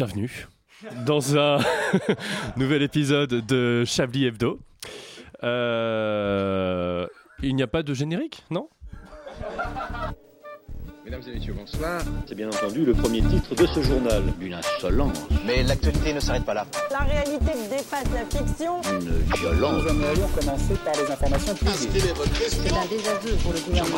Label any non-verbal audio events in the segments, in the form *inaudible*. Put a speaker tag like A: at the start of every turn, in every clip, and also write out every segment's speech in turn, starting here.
A: Bienvenue dans un *laughs* nouvel épisode de Chablis Hebdo. Euh, Il n'y a pas de générique, non
B: Mesdames et messieurs, bonsoir.
C: C'est bien entendu le premier titre de ce journal. Une insolence,
D: Mais l'actualité ne s'arrête pas là.
E: La réalité dépasse la fiction.
C: une violence.
F: allons commencer par les informations privées.
G: C'est un désaveu pour le gouvernement.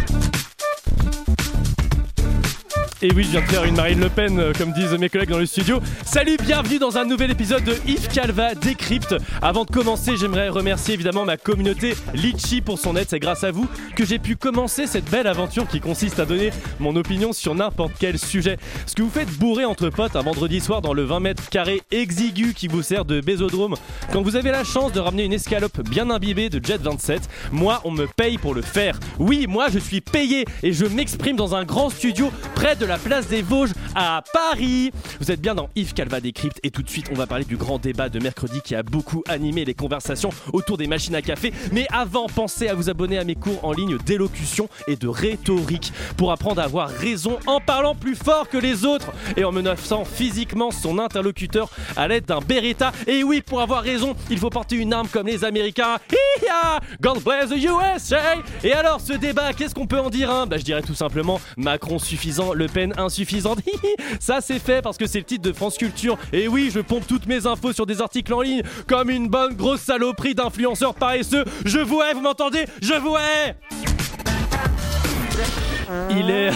A: Et oui, je viens de faire une Marine Le Pen, euh, comme disent mes collègues dans le studio. Salut, bienvenue dans un nouvel épisode de Yves Calva décrypte. Avant de commencer, j'aimerais remercier évidemment ma communauté Litchi pour son aide. C'est grâce à vous que j'ai pu commencer cette belle aventure qui consiste à donner mon opinion sur n'importe quel sujet. Ce que vous faites bourrer entre potes un vendredi soir dans le 20 mètres carrés exigu qui vous sert de bésodrome. Quand vous avez la chance de ramener une escalope bien imbibée de Jet 27, moi on me paye pour le faire. Oui, moi je suis payé et je m'exprime dans un grand studio près de la place des Vosges à Paris. Vous êtes bien dans Yves Calva décrypte et tout de suite on va parler du grand débat de mercredi qui a beaucoup animé les conversations autour des machines à café. Mais avant, pensez à vous abonner à mes cours en ligne d'élocution et de rhétorique pour apprendre à avoir raison en parlant plus fort que les autres et en menaçant physiquement son interlocuteur à l'aide d'un beretta. Et oui, pour avoir raison, il faut porter une arme comme les Américains. Hi-ya God bless the USA Et alors, ce débat, qu'est-ce qu'on peut en dire hein Bah, je dirais tout simplement Macron suffisant, Le Pen insuffisante. *laughs* Hihi Ça, c'est fait parce que c'est le titre de France Culture. Et oui, je pompe toutes mes infos sur des articles en ligne comme une bonne grosse saloperie d'influenceurs paresseux. Je vous hais, vous m'entendez Je vous hais il *laughs* est,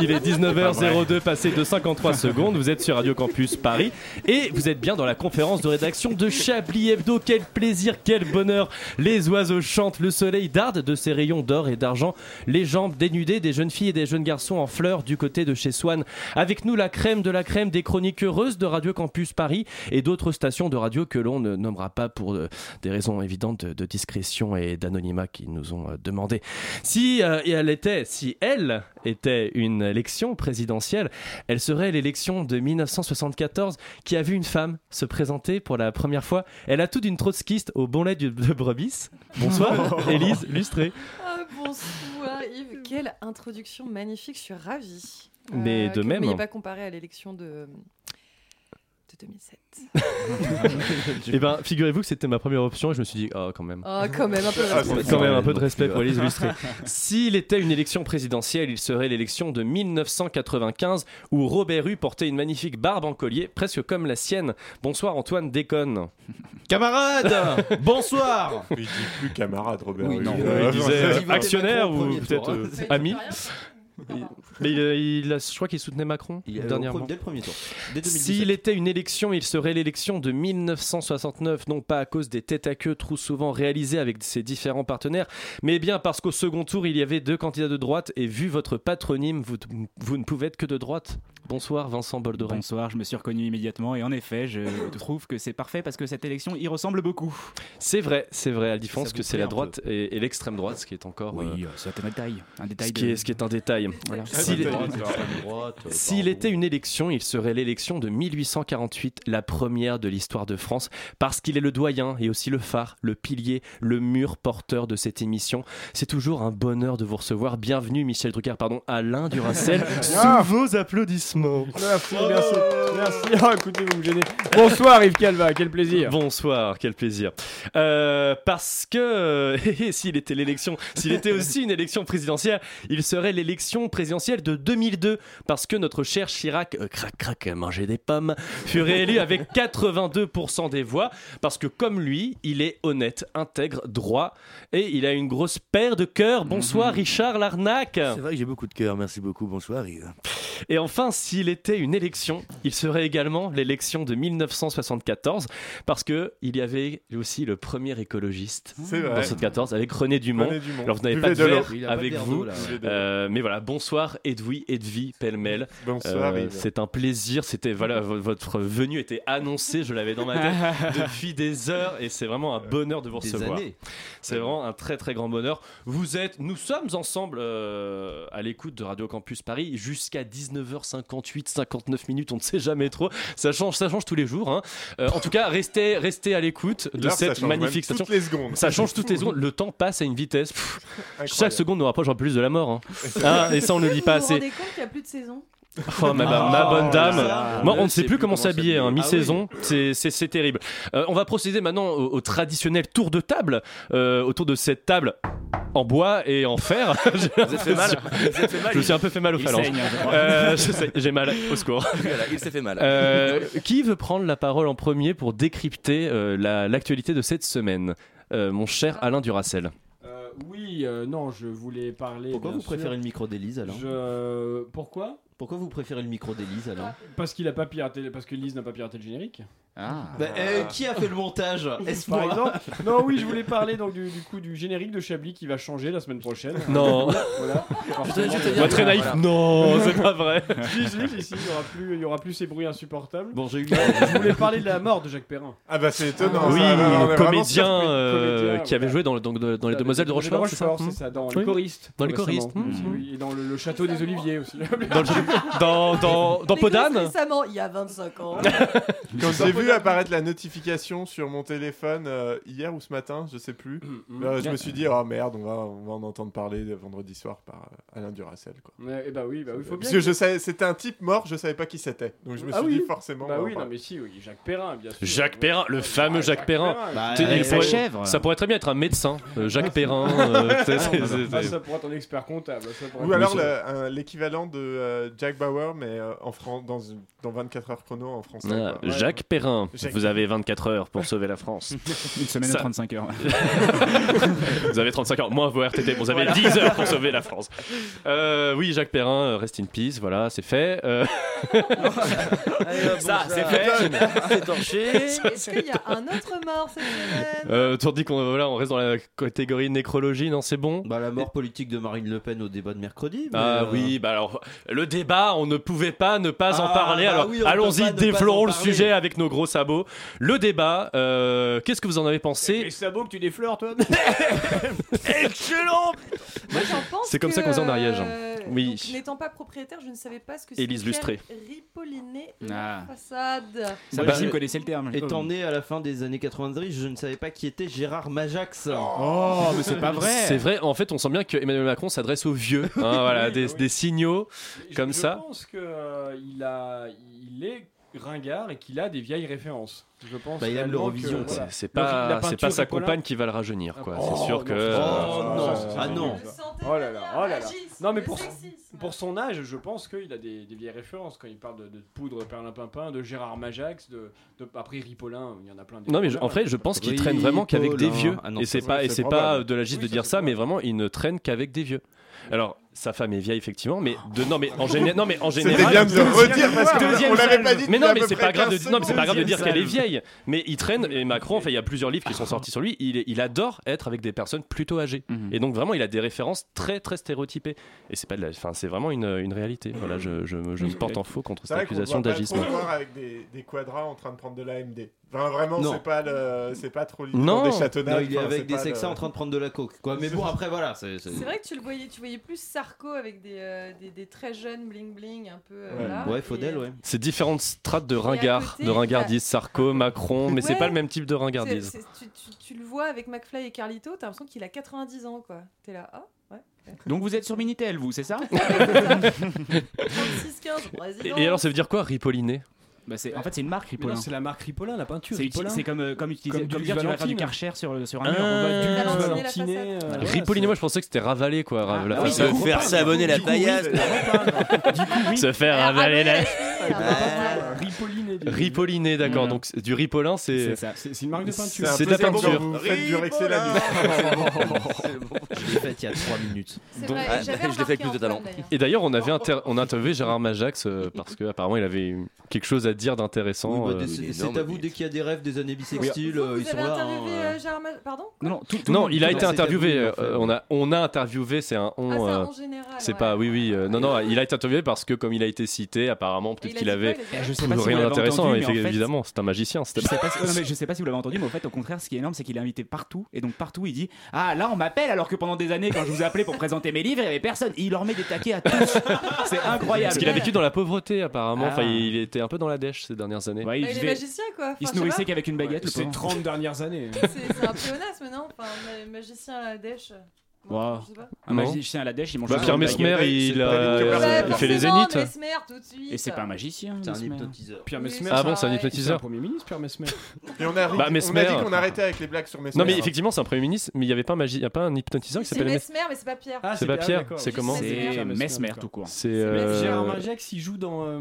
A: il est 19h02, passé de 53 secondes. Vous êtes sur Radio Campus Paris et vous êtes bien dans la conférence de rédaction de Chablis Hebdo. Quel plaisir, quel bonheur. Les oiseaux chantent, le soleil darde de ses rayons d'or et d'argent, les jambes dénudées des jeunes filles et des jeunes garçons en fleurs du côté de chez Swan. Avec nous, la crème de la crème des chroniques heureuses de Radio Campus Paris et d'autres stations de radio que l'on ne nommera pas pour euh, des raisons évidentes de, de discrétion et d'anonymat qui nous ont euh, demandé. Si euh, et elle était, si elle était une élection présidentielle, elle serait l'élection de 1974 qui a vu une femme se présenter pour la première fois. Elle a tout d'une trotskiste au bon lait du- de brebis. Bonsoir, Élise Lustré.
G: Ah, bonsoir Yves, quelle introduction magnifique, je suis ravie. Euh,
A: Mais de
G: que vous
A: même.
G: m'ayez pas comparé à l'élection de... de 2007.
A: *laughs* Eh ben, figurez-vous que c'était ma première option et je me suis dit, oh, quand même. Ah,
G: Oh, quand même, un peu.
A: quand même un peu de respect pour les
G: *laughs*
A: illustrés. S'il était une élection présidentielle, il serait l'élection de 1995 où Robert Hue portait une magnifique barbe en collier, presque comme la sienne. Bonsoir Antoine Déconne.
H: Camarade Bonsoir
I: Il dit plus camarade, Robert.
F: Oui,
I: Il-
F: non.
I: euh,
A: il disait
F: Macron,
A: actionnaire
F: Macron,
A: ou
F: premier
A: peut-être
F: tour,
A: euh,
G: Mais
A: ami.
G: tu fais rien.
A: Mais il, il a- je crois qu'il soutenait Macron dernièrement.
H: Dès le premier tour. Dès 2017.
A: S'il était une élection, il serait l'élection de 1969, non pas à cause des têtes à queue trop souvent réalisées avec ses différents partenaires, mais bien parce qu'au second tour, il y avait deux candidats de droite, et vu votre patronyme, vous, vous ne pouvez être que de droite. Bonsoir Vincent Boldoré.
J: Bonsoir, je me suis reconnu immédiatement et en effet, je *laughs* trouve que c'est parfait parce que cette élection y ressemble beaucoup.
A: C'est vrai, c'est vrai, à la différence
J: Ça vous
A: que c'est
J: plaît
A: la
J: un
A: droite et, et l'extrême droite, ce qui est encore... euh,
J: Oui, euh, c'est un détail. Un détail
A: ce,
J: de-
A: qui est, ce qui est un détail.
J: Voilà.
A: S'il est-
J: euh.
A: S'il était une élection, il serait l'élection de 1848, la première de l'histoire de France, parce qu'il est le doyen et aussi le phare, le pilier, le mur porteur de cette émission. C'est toujours un bonheur de vous recevoir. Bienvenue, Michel Drucker, pardon, Alain Duracel, sous vos applaudissements.
B: Ah,
F: Merci, merci, *laughs* merci. Ah, écoutez, vous me gênez. Bonsoir Yves Calva, quel plaisir.
A: Bonsoir, quel plaisir. Euh, parce que *laughs* hé, hé, s'il était l'élection, s'il était aussi une élection présidentielle, il serait l'élection présidentielle de 2002 parce que notre cher Chirac, euh, crac crac, manger des pommes, fut réélu avec 82% des voix parce que comme lui, il est honnête, intègre, droit et il a une grosse paire de cœurs. Bonsoir Richard Larnac.
H: Mhm. C'est vrai que j'ai beaucoup de cœur, merci beaucoup, bonsoir Yves.
A: Et enfin, s'il était une élection, il serait également l'élection de 1974, parce que il y avait aussi le premier écologiste
I: C'est
A: en
I: vrai.
A: 1974 avec René Dumont.
I: René Dumont.
A: Alors vous n'avez
I: Buvez
A: pas de
I: de l'eau.
A: verre avec vous,
I: Buvez de l'eau.
A: Euh, mais voilà, bonsoir Edoui, Edvi, pêle-mêle.
I: Bonsoir.
A: Euh,
I: Yves.
A: c'est un plaisir, c'était voilà, vo- votre venue était annoncée, je l'avais dans
I: *laughs*
A: ma tête depuis des heures, et c'est vraiment un bonheur de vous
H: Des
A: recevoir.
H: années.
A: C'est vraiment un très très grand bonheur. Vous êtes, nous sommes ensemble euh, à l'écoute de Radio Campus Paris jusqu'à 19h50. 58, 59 minutes, on ne sait jamais trop. Ça change, ça change tous les jours. hein. Euh, en tout cas, restez, restez à l'écoute de
B: L'heure, ça
A: cette
B: change même
A: magnifique station.
B: Toutes les secondes.
A: Ça change toutes les secondes. Le temps passe à une vitesse. Pff, chaque seconde nous rapproche un peu plus de la mort. hein. Ah, et ça, on ne le lit pas
G: Vous vous
A: assez.
G: rendez compte qu'il n'y a plus de saison
A: Oh, ma, ma- ma
F: Oh
A: bonne
F: là
A: dame.
F: là.
A: Moi, on ne
H: Elle
A: sait plus comment s'habiller. hein.
H: Ah
A: Mi-saison, c'est- c'est c'est terrible. Euh, on va procéder maintenant au, au traditionnel tour de table. euh, autour de cette table en bois et en fer. *laughs* J'ai
H: Vous êtes fait mal. Vous êtes fait mal.
A: *laughs* Je me suis un peu fait mal aux
J: Il
A: phalanges.
J: saigne,
K: hein,
J: je crois.
A: Euh, je sais, J'ai mal, au secours.
H: *laughs* Voilà, il s'est fait mal.
A: Euh, qui veut prendre la parole en premier pour décrypter euh, la- l'actualité de cette semaine Euh, Mon cher Alain Duracel.
F: Euh, oui, euh, non, je voulais parler.
I: Pourquoi
F: bien
I: vous
F: sûr.
I: préférez le micro d'Élise alors
F: Je- Pourquoi
I: Pourquoi vous préférez le micro d'Élise alors
F: Parce qu'il a pas piraté, parce que Lise n'a pas piraté le générique.
J: Ah.
I: Bah, euh, Qui a fait le montage Est-ce
F: Par
I: moi
F: exemple. Non, oui, je voulais parler donc du, du coup du générique de Chablis qui va changer la semaine *laughs* prochaine.
A: Non,
F: Voilà.
I: voulais juste te dire-
A: moi très naïf.
I: Voilà.
A: Non, c'est pas vrai.
F: *laughs* Si, si, si, si, il y aura plus, il y aura plus ces bruits insupportables.
I: Bon, j'ai eu
F: Je voulais parler de la mort de Jacques Perrin.
B: Ah bah c'est étonnant.
A: oui,
B: ça, alors, on est vraiment
A: comédien,
B: surpris.
A: euh,
F: Comédien,
A: qui avait
F: voilà.
A: joué dans, le- donc, dans- dans les Demoiselles de Rochefort, c'est ça
F: c'est ça, dans
A: Oui.
F: les choristes.
A: Dans Les
F: récemment.
A: Choristes, mmh.
F: Oui, et dans le, le château des Oliviers aussi.
A: Dans, le- dans, dans, dans
G: Les
A: Podane
G: gosses récemment, il y a 25 ans.
B: Quand j'ai vu apparaître la notification sur mon téléphone euh, hier ou ce matin, je sais plus,
F: Mm,
B: euh, je me suis dit, oh merde, on va, on va en entendre parler euh, vendredi soir par euh, Alain Duracel. Quoi.
I: Mmh.
F: et bah oui, bah oui, faut
B: oh,
F: bien.
B: Parce que je savais- c'était un type mort, je savais pas qui c'était. Donc je me
F: Ah
B: suis
F: oui.
B: dit forcément.
F: Bah
B: on va
F: oui,
B: en
F: non
B: parler.
F: mais si, oui, Jacques Perrin, bien
A: *laughs*
F: sûr.
A: Jacques Perrin, le fameux Jacques Perrin.
I: Bah,
A: T'es-
I: euh,
A: il
J: sa
A: pourrait-
J: chèvre.
A: Ça pourrait très bien être un médecin, euh, Jacques Perrin.
K: *laughs*
A: euh, c'est- c'est-
F: Ah,
A: c'est- c'est-
F: ça pourrait être un expert comptable. ça pourrait
B: Ou
F: être-
B: alors le- un- l'équivalent de euh, Jack Bauer, mais euh, en Fran- dans, dans 24 heures chrono en français.
A: Ah,
B: quoi.
A: Jacques Perrin,
B: Jacques-
A: vous avez 24 heures pour sauver la France.
J: *laughs* Une semaine
A: Ça-
J: à 35 heures.
A: *laughs* Vous avez 35 heures, moins vos RTT, vous avez 10 heures pour sauver la France. Euh, oui, Jacques Perrin, euh, rest in peace, voilà, c'est fait.
I: *laughs*
A: Euh,
I: Ça,
A: *laughs* c'est fait.
I: C'est torché.
G: Est-ce qu'il y a un autre mort cette semaine
A: euh, tandis qu'on voilà, on reste dans la catégorie nécrologie, non, c'est bon
I: Bah, la mort politique de Marine Le Pen au débat de mercredi. mais,
A: Ah
I: euh,
A: oui, bah alors le débat, on ne pouvait pas ne pas en
I: Ah,
A: parler.
I: bah
A: alors
I: oui, on peut pas
A: allons-y,
I: ne pas
A: déflorons
I: en
A: le
I: parler.
A: sujet avec nos gros sabots. Le débat, euh, qu'est-ce que vous en avez pensé
F: Les sabots que tu déflores, toi
G: Moi, j'en pense
A: C'est comme ça
G: que,
A: qu'on faisait en Ariège.
G: euh,
A: Oui.
G: donc, N'étant pas propriétaire, je ne savais pas ce que
A: Élise Lustré.
G: Ripolliner
J: Ah.
G: la façade.
J: Ça,
I: Bah,
J: bah,
I: je-
J: si vous connaissez le terme.
I: Étant né à la fin des années 90, je ne savais pas qui était Gérard Majax.
J: Oh, mais c'est pas vrai.
A: C'est vrai, en fait, on sent bien que Emmanuel Macron s'adresse aux vieux.
F: *laughs*
A: hein, voilà,
F: Oui,
A: des,
F: oui.
A: des signaux.
F: Je-
A: Comme
F: je
A: ça.
F: pense que euh, il a, il est ringard et qu'il a des vieilles références. Je pense.
I: Bah, il aime
F: réellement
I: l'Eurovision,
F: que,
I: quoi.
F: voilà.
A: C'est- C'est
F: Le- la
A: pas,
F: peinture
A: c'est pas sa
F: de Colin.
A: compagne qui va le rajeunir, quoi.
F: Oh,
A: c'est sûr que. euh,
I: Oh,
F: non, ça,
I: non.
F: ça, ça,
I: Ah,
F: c'est
I: non.
F: horrible, ça.
G: Oh
F: Oh
G: là
F: là là, oh là là. Non, mais pour- Pour son âge, je pense qu'il a des, des vieilles références quand il parle de, de poudre Perlimpinpin, de Gérard Majax, de, de après Ripollin, il y en a plein. des-
A: Non mais je- en fait je pense qu'il
I: Oui,
A: traîne vraiment qu'avec
I: Paul,
A: des
I: hein.
A: vieux
I: Ah non,
A: et
I: ça,
A: c'est
B: ça,
A: pas et
B: c'est
A: c'est pas
B: probable.
A: de la giste
F: Oui,
A: de
F: ça,
A: dire
F: c'est
A: ça mais
F: probable.
A: vraiment il ne traîne qu'avec des vieux. Alors sa femme est vieille effectivement mais de non mais en général non mais en
B: C'était bien
A: général
B: de le redire parce que
A: Deuxième
B: on l'avait
A: salve.
B: pas dit. depuis
A: Mais non,
B: à
A: mais
B: peu
A: c'est
B: près
A: pas grave de
B: 15
A: non, mais c'est pas grave de dire
B: secondes.
A: qu'elle est vieille. Mais il traîne et Macron, enfin il y a plusieurs livres qui sont sortis sur lui. Il, est- il adore être avec des personnes plutôt âgées.
J: Mhm.
A: Et donc vraiment, il a des références très très stéréotypées. Et c'est pas de la, enfin c'est vraiment une, une réalité. Voilà, je, je, me- je me porte en faux contre
B: C'est
A: cette
B: vrai qu'on
A: accusation
B: voit pas trop hein.
A: d'agisme.
B: le voir avec des, des quadras en train de prendre de l'AMD. Enfin, vraiment,
I: Non.
B: c'est pas, le- c'est pas trop l'idée
A: Non.
B: des châteaux
I: Non, il est avec des sexas en train de prendre de la coke. Quoi. Mais bon, après, voilà. C'est c'est-
G: C'est vrai que tu le voyais, tu voyais plus Sarko avec des, euh, des, des très jeunes bling bling un peu. euh,
B: Ouais.
G: là,
I: Ouais,
G: et-
I: Faudel, ouais.
A: C'est différentes strates de
G: à
A: ringard,
G: côté,
A: de
G: il y a- Ah.
A: ringardise, Sarko, Macron, mais c'est
G: Ouais.
A: pas le même type de
G: C'est-
A: ringardise.
G: c'est- Tu, tu- tu le vois avec McFly et Carlito, t'as l'impression qu'il a 90 ans quoi. T'es là, ah ouais.
J: Donc vous êtes sur Minitel, vous, c'est ça
A: *laughs*
G: 36, 15,
A: Et,
G: président.
A: et alors ça veut dire quoi, ripolliner
G: Euh,
J: bah,
A: euh,
J: c'est- En fait, c'est une marque,
F: Mais non,
J: Ripollin.
F: c'est la marque Ripollin, la peinture.
J: C'est uti-
F: Ripollin.
J: c'est comme, euh, comme, utiliser,
F: Comme
J: comme,
F: du
J: dire tu vas faire du
F: Valentine.
J: Karcher sur, sur un
A: Ah.
J: mur. on va-
G: Valentiner la
F: Valentiné.
G: façade.
A: Ripolliner, moi je pensais que c'était ravaler quoi,
J: Ah,
A: la
J: bah oui,
A: façade.
J: bah,
H: faire savonner la paillasse.
A: *laughs* se faire
G: Ah, mais
A: ravaler la.
G: la cheville, là,
H: Bah.
F: *laughs*
G: ouais.
F: Ripolliner.
A: Ripolliner, d'accord.
J: Voilà.
A: Donc c'est- du ripolin,
J: C'est
A: c'est
J: ça.
F: C'est c'est une marque de peinture.
A: C'est de la peinture.
B: Vous faites du Rexel
G: *laughs*
B: à nuit.
I: Je l'ai faite il y a 3 minutes.
G: C'est
H: Donc-
G: vrai,
H: Ah,
G: j'avais
H: je l'ai fait avec
G: remarqué
H: plus de talent.
G: Antoine, d'ailleurs.
A: Et d'ailleurs, on avait inter- on a interviewé Gérard Majax euh, parce que apparemment il avait eu quelque chose à dire d'intéressant.
I: Oui, bah,
A: euh.
I: des-
H: il est
I: c'est
H: énorme,
I: à vous,
H: lui.
I: dès qu'il y a des rêves des années bisextiles, euh,
G: Vous
I: ils sont
G: avez
I: là.
G: interviewé
I: hein.
G: euh, Gérard Ma- Pardon
J: Non, non, tout, tout le
A: Non,
J: monde-
A: il a
J: tout
A: été
J: le monde-
I: c'était
A: interviewé.
I: à vous,
A: euh,
I: en fait.
A: on a on a interviewé. C'est un on.
G: Ah, ça,
A: euh,
G: en général.
A: c'est
G: ouais.
A: pas. Oui, oui. euh, non, non. Il a été interviewé parce que comme il a été cité, apparemment
G: Et
A: peut-être
G: il a
A: qu'il
G: dit
A: avait
G: quoi, il a dit-
J: Je sais pas si vous
A: rien
J: l'avez
A: intéressant,
J: entendu, mais
A: effe-
J: en fait-
A: évidemment. C'est un magicien.
J: Je sais,
A: *laughs*
J: pas si, ouais, non, mais je sais pas si vous l'avez entendu, mais en fait, au contraire, ce qui est énorme, c'est qu'il est invité partout. Et donc, partout, il dit Ah, là, on m'appelle, alors que pendant des années, quand je vous appelais pour présenter mes livres, il y avait personne. Il leur met des taquets à
A: *laughs*
J: tous. C'est incroyable.
A: Parce qu'il a vécu dans la pauvreté, apparemment.
J: Ah.
A: Enfin, il était un peu dans la dèche ces dernières années.
J: Ouais,
G: Bah, il est magicien, quoi. Enfin,
A: il se
G: je sais
A: nourrissait
G: pas.
A: qu'avec une baguette, le
F: Ces
A: pauvre.
F: 30 dernières années.
G: C'est c'est un pléonasme, non Enfin, ma- magicien à la dèche.
J: Wow.
G: Je sais pas.
A: Ah,
J: Un magicien à la dèche, il mange
A: Bah,
J: toujours
A: Pierre
J: une baguette.
A: Mesmer, il, a-
J: Ouais,
A: il fait les
G: forcément,
A: zéniths.
G: Bah, Mesmer, tout de suite.
J: Et c'est pas un magicien.
I: C'est un
J: Mesmer.
I: hypnotiseur.
F: Pierre Mesmer.
A: Ah bon, c'est un hypnotiseur.
F: un Premier ministre, Pierre Mesmer.
B: Et on a,
A: Bah,
B: on a
A: Mesmer.
B: dit qu'on arrêtait avec les blagues sur Mesmer.
A: Non, mais effectivement, c'est un premier ministre, mais il n'y avait pas un, magi- il y a pas un hypnotiseur qui
G: C'est
A: s'appelait Mesmer.
G: Mesmer, mais c'est pas Pierre.
F: Ah,
A: C'est pas
F: ah,
A: Pierre,
F: d'accord.
A: c'est
G: Juste
A: comment
G: Mesmer.
J: C'est
F: Pierre Mesmer,
J: Mesmer
F: quoi.
J: tout court.
A: C'est.
F: Mais Gérard
A: euh,
F: Majax, il joue dans, euh,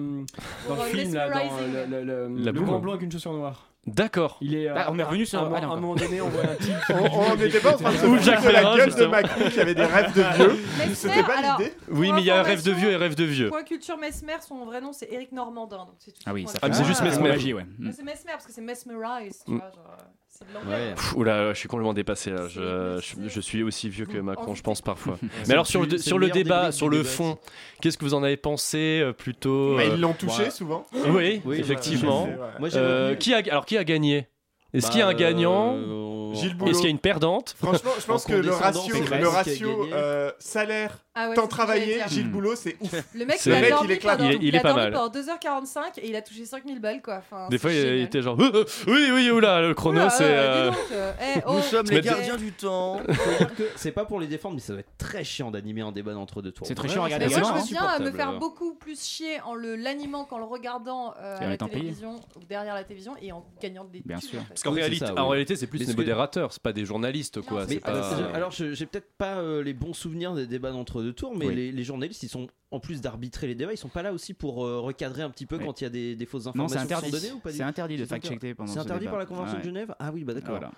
F: dans
G: Dans
F: le film, là, dans euh, le, le- le- le
A: La boule.
F: grand blanc avec une chaussure noire.
A: D'accord.
F: Il est, euh,
J: Ah, on est revenu
F: à
J: sur
F: un, mo- à
J: Allez,
F: un
J: encore.
F: moment donné, on voit
B: *laughs*
F: un type.
B: On- on n'était pas en
F: *laughs*
B: train de se
A: Ou
B: foutre
A: Jacques
B: de la
A: Perrin,
B: gueule de
A: justement.
B: Macron qui avait des rêves de
I: *laughs*
B: vieux.
G: Mesmer,
B: C'était pas
G: alors,
B: l'idée
A: Oui, mais il y a rêve de vieux et rêve de vieux.
G: point culture Mesmer, son vrai nom c'est Eric Normandin. Donc c'est tout
J: Ah oui,
G: ça
J: ça fait
A: Ah, mais c'est
J: mal.
A: juste
J: C'est
A: Mesmer.
J: magie, ouais.
G: Mais C'est Mesmer parce que c'est mesmerize, tu
A: Mm.
G: vois, genre, euh, c'est de l'anglais.
A: Pff, oula, je suis complètement dépassé là. Je, je- je suis aussi vieux que Macron, je pense parfois. Mais alors sur le, sur le débat, sur le fond, qu'est-ce que vous en avez pensé euh, plutôt
B: Mais
A: euh,
B: Bah, ils l'ont touché
I: ouais.
B: souvent.
A: Oui,
I: Oui,
A: effectivement.
B: Ouais, ouais.
I: Moi, j'ai
A: Euh,
I: retenu-
A: qui a, alors qui a gagné Est-ce
I: Bah,
A: qu'il y a un
I: euh,
A: gagnant
I: on-
B: Gilles Boulot.
A: Est-ce qu'il y a une perdante
B: Franchement, je pense
I: En
B: que le
I: condescendant,
B: ratio,
I: c'est
B: le
I: Vasque qui a
B: ratio
I: gagné.
B: euh, salaire,
G: Ah ouais, c'est
B: temps
G: ce que j'allais
B: travaillé,
G: dire.
B: Gilles
J: Hmm.
B: boulot, c'est ouf.
A: *laughs*
G: Le mec, il
A: C'est- Le
G: a
A: mec,
G: dormi
B: il est
G: pendant-
A: claqué. Il est- il est
G: a
A: pas
G: dormi
A: mal.
G: pendant 2h45 et il a touché 5000 balles quoi. Enfin,
A: Des
G: c'est
A: fois, il
G: génial.
A: était genre Euh, euh, *laughs* oui, oui, oula, le chrono,
G: Oula,
A: c'est.
G: euh,
A: euh,
G: dis donc, euh, eh, oh,
H: Nous sommes
A: tu m'as
H: les
A: dit-
H: gardiens du temps.
I: Faut dire que c'est pas pour les défendre, mais ça doit être très chiant d'animer un débat entre deux tours.
J: C'est très
I: Vraiment,
J: chiant à regarder hein.
G: Mais moi,
J: également,
G: je veux bien euh, me
I: insupportable.
G: faire beaucoup plus chier en le l'animant qu'en le regardant euh, à
J: en
G: la
J: étant payé.
G: télévision ou derrière la télévision et en gagnant des
J: Bien
G: thunes,
J: sûr.
G: en fait.
A: Parce qu'en
I: Oui, c'est
A: réalité,
I: ça, oui.
A: en réalité, c'est plus
I: Mais
A: des
I: ce que-
A: modérateurs, c'est pas des journalistes, quoi.
G: Non,
A: c'est
I: Mais,
A: pas-
I: euh, c'est- alors, je- j'ai peut-être pas euh, les bons souvenirs des débats d'entre deux tours, mais
J: Oui.
I: les, les journalistes, ils sont en plus d'arbitrer les débats, ils sont pas là aussi pour euh, recadrer un petit peu
J: Oui.
I: quand il y a des, des fausses
J: Non,
I: informations
J: c'est
I: qui
J: interdit.
I: sont données ou pas du
J: C'est
I: tout
J: interdit de
I: C'est interdit.
J: fact-checker pendant
I: C'est
J: ce
I: interdit
J: débat.
I: par la Convention de
J: Ouais.
I: Genève Ah oui, bah d'accord.
J: Voilà.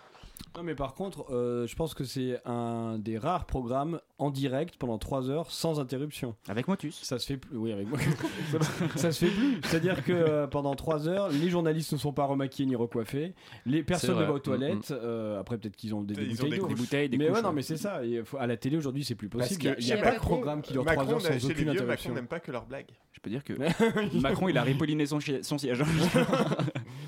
F: Non, mais par contre, euh, je pense que c'est un des rares programmes en direct pendant 3 heures sans interruption.
J: Avec Motus.
F: Ça se fait plus. Oui, avec
J: *laughs*
F: moi. ça, *laughs* ça se fait plus. C'est-à-dire que euh, pendant 3 heures, les journalistes ne sont pas remaquillés ni recoiffés. Les personnes ne
A: vrai.
F: vont aux
A: Mm, mm.
F: toilettes. euh, après, peut-être qu'ils ont des, des
B: Ils ont
F: bouteilles
B: des
F: d'eau.
J: Des bouteilles, des
F: mais
J: couches,
F: ouais, non,
J: ouais.
F: mais c'est ça. Il faut- à la télé aujourd'hui, c'est plus possible.
B: que
F: Il n'y a,
G: chez
F: pas de
B: Macron,
F: programme qui dure 3
B: Macron,
F: heures
B: chez les
F: sans aucune
B: vieux, Macron
F: interruption.
B: n'aime pas que leurs blagues.
J: Je peux dire
F: *laughs*
J: que Macron, il a ripolliné son, chi- son siège.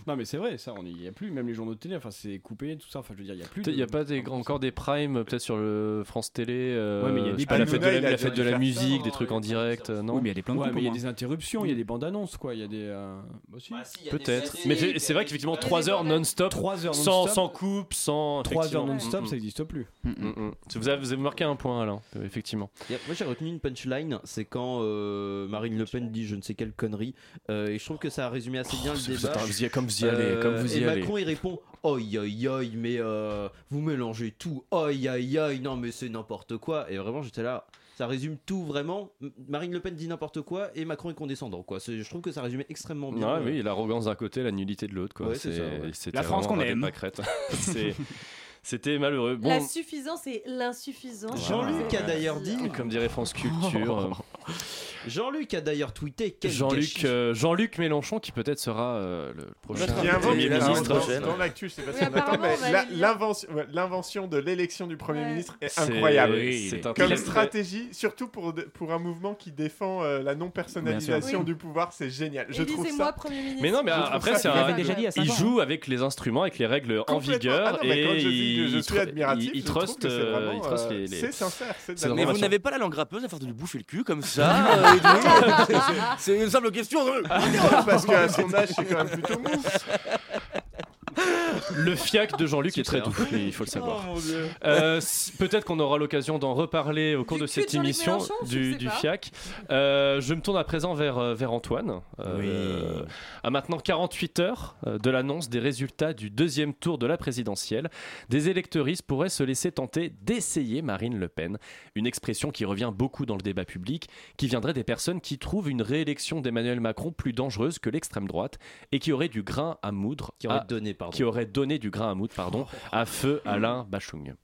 F: Non, mais c'est vrai, ça, on y- il n'y a plus. Même les journaux de télé, enfin, c'est coupé, tout ça. Enfin, je veux dire, il n'y a plus.
A: Il n'y a
F: de-
A: pas des, grands- encore des primes, peut-être sur le France Télé, euh,
F: Ouais, mais il y a
A: je
F: des
A: sais pas, la fête de
B: primes.
A: la, la
B: Il a
A: fête
B: dû
A: de la
B: faire ça,
A: musique, des
I: hein,
A: trucs
I: il a
A: en
I: dû faire
A: direct,
I: ça.
A: euh, non
J: Oui, mais il y a des plein de hein.
F: Ouais,
J: groupes,
F: mais il y
J: au
F: a
J: moins.
F: des interruptions, il y a des bandes annonces, quoi. Il y a des. euh, bah, si.
A: Peut-être. Mais c'est- c'est vrai qu'effectivement, 3 heures non-stop,
F: 3 heures
A: sans,
F: non-stop.
A: sans coupe, sans.
F: 3 heures
A: effectivement.
F: non-stop,
A: Mm,
F: ça n'existe plus.
A: mm, mm, mm. Vous avez, vous avez marqué un point, Alain, euh, effectivement.
I: Et Moi j'ai retenu une punchline, c'est quand euh, Marine Le Pen dit je ne sais quelle connerie, euh, et je trouve que ça a résumé assez bien le débat.
A: comme vous y
I: Euh,
A: allez, comme vous y
I: et
A: allez.
I: Macron il répond Oi oi oi, mais euh, vous mélangez tout, Oi oi oi, non mais c'est n'importe quoi. Et vraiment j'étais là, ça résume tout vraiment. M- Marine Le Pen dit n'importe quoi et Macron est condescendant quoi. C'est- Je trouve que ça résumait extrêmement bien.
A: Ouais, Ah oui, l'arrogance d'un côté, la nullité de l'autre, quoi.
I: Ouais, c'est
A: C'est-
I: ça, ouais.
A: c'était
J: La France
A: vraiment
J: qu'on
A: un des
J: aime.
A: pâquerettes. *laughs* C'est- C'était malheureux. Bon,
G: La suffisance et
L: hein.
G: l'insuffisance.
I: Jean-Luc a d'ailleurs dit-
A: comme dirait France Culture.
F: *laughs*
A: euh,
I: Jean-Luc a d'ailleurs tweeté quel
A: Jean-Luc
I: gâchis.
A: euh, Jean-Luc Mélenchon qui peut-être sera euh, le prochain
H: Notre
B: Il y a un
H: invité,
B: moment,
H: il
B: mais
H: est
B: dans-
H: la semaine
B: dans-
H: prochaine.
B: dans l'actu, je sais pas
G: Oui,
B: si on attend,
G: apparemment,
B: mais
G: on va
B: la-
G: aller lire.
B: l'invention ouais, l'invention de l'élection du Premier
G: Ouais.
B: ministre est
A: C'est-
B: incroyable.
A: C'est un
B: Comme
A: pilote.
B: stratégie, surtout pour, de- pour un mouvement qui défend euh, la
J: Bien
B: non-personnalisation
G: sûr.
B: du pouvoir, c'est génial. Je
G: Je
B: trouve
G: moi
B: ça.
G: Premier ministre.
A: Mais non, mais
B: Je
A: euh,
B: trouve
A: après,
B: ça
A: c'est
J: Il
B: Ah,
A: un.
J: l'avait déjà dit à 5
A: Il
J: ans.
A: joue avec les instruments, avec les règles en
B: Complètement.
A: vigueur
B: Ah non, mais quand
A: et
B: je dis que
A: il,
B: je
A: il
B: suis
A: tru-
B: admiratif,
A: il- il
B: je trouve
A: trust,
B: que c'est
A: euh,
B: vraiment,
A: il trust
B: euh,
A: les- les-
B: C'est sincère, c'est de
A: C'est
B: la Ah,
H: Mais vous
A: Formation.
H: n'avez pas la langue râpeuse à faire de lui bouffer le cul comme ça euh, Edwin *laughs* C'est une simple question. euh.
B: merde, Ah, parce qu'à son âge, c'est quand même plutôt mou.
A: *laughs* Le fiac de Jean-Luc est très doux, il faut le savoir.
B: Oh,
A: Euh, c- Peut-être qu'on aura l'occasion d'en reparler au cours
G: Du
A: de
G: cul
A: cette
G: de Jean-Luc
A: émission
G: Mélenchon, je
A: du,
G: sais
A: du
G: pas.
A: fiac. Euh, je me tourne à présent vers, euh, vers Antoine. Euh,
J: Oui.
A: À maintenant 48 heures euh, de l'annonce des résultats du deuxième tour de la présidentielle, des électeuristes pourraient se laisser tenter d'essayer Marine Le Pen, une expression qui revient beaucoup dans le débat public, qui viendrait des personnes qui trouvent une réélection d'Emmanuel Macron plus dangereuse que l'extrême droite et qui aurait du grain à moudre
I: qui aurait
A: à-
I: donné pardon. Oh.
A: qui aurait donné du grain à moudre pardon, à feu Alain Bachung.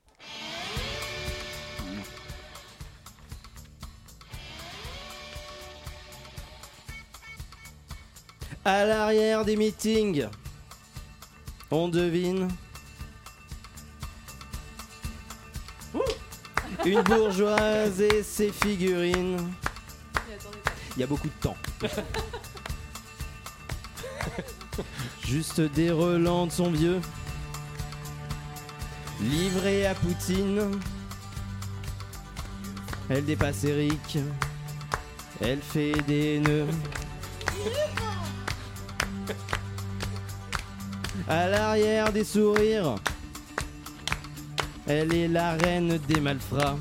I: À l'arrière des meetings, on devine une bourgeoise et ses figurines.
G: Attendez, attendez.
I: Il y a beaucoup de temps. Juste des relents de son vieux. Livré à Poutine. Elle dépasse Eric. Elle fait des nœuds. À l'arrière des sourires. Elle est la reine des malfrats.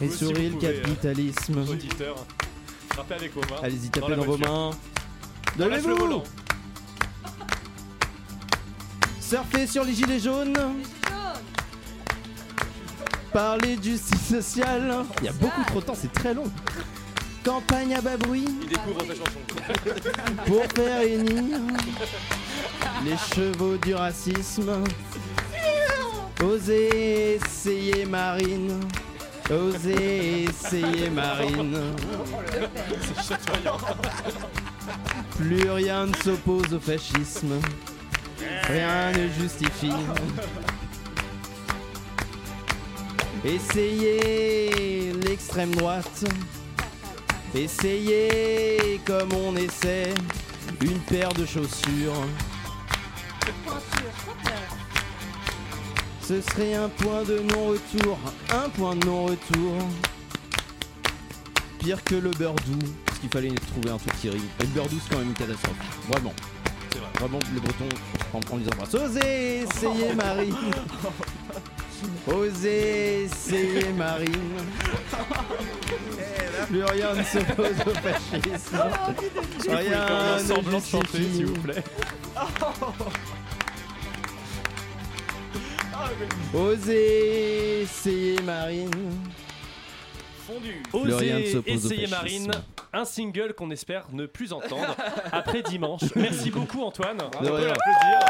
I: Et
M: Vous aussi,
I: sourit
M: vous
I: le
M: pouvez, euh,
I: capitalisme.
M: Auditeurs, frappez avec vos mains.
I: Allez-y, tapez
M: hein. la
I: dans, vos
M: voiture. On
I: mains.
M: lâche le
I: Donnez-vous
M: volant.
I: Surfez sur les gilets jaunes. Parler de justice sociale. Il y a beaucoup trop de temps, c'est très long. Campagne à bas bruit
N: Il découvre sa chanson.
I: *laughs* pour faire hennir les chevaux du racisme. Osez essayer Marine. Osez essayer Marine.
M: C'est chatoyant.
I: Plus rien ne s'oppose au fascisme. Rien ne justifie. Essayez l'extrême droite. Essayez comme on essaie une paire de chaussures. Ce serait un point de non-retour, un point de non-retour. Pire que le beurre doux, parce qu'il fallait trouver un truc qui rime. Et le beurre doux, c'est quand même une catastrophe. Vraiment.
M: C'est vrai.
I: Vraiment, les Bretons, on, on les embrasse. bah, Osez essayer,
M: *laughs*
I: Marie. Osez essayer, Marine. Plus rien ne s'oppose au fascisme.
M: Ah, Est-ce que vous pouvez faire un semblant de chanter, s'il vous plaît
I: Osez essayer, Marine.
A: Fondu.
I: Le rien ne
M: Osez
I: s'oppose au
M: essayer
I: fascisme.
M: Marine, un single qu'on espère ne plus entendre après dimanche. Merci beaucoup Antoine. On peut
I: rien.
M: l'applaudir.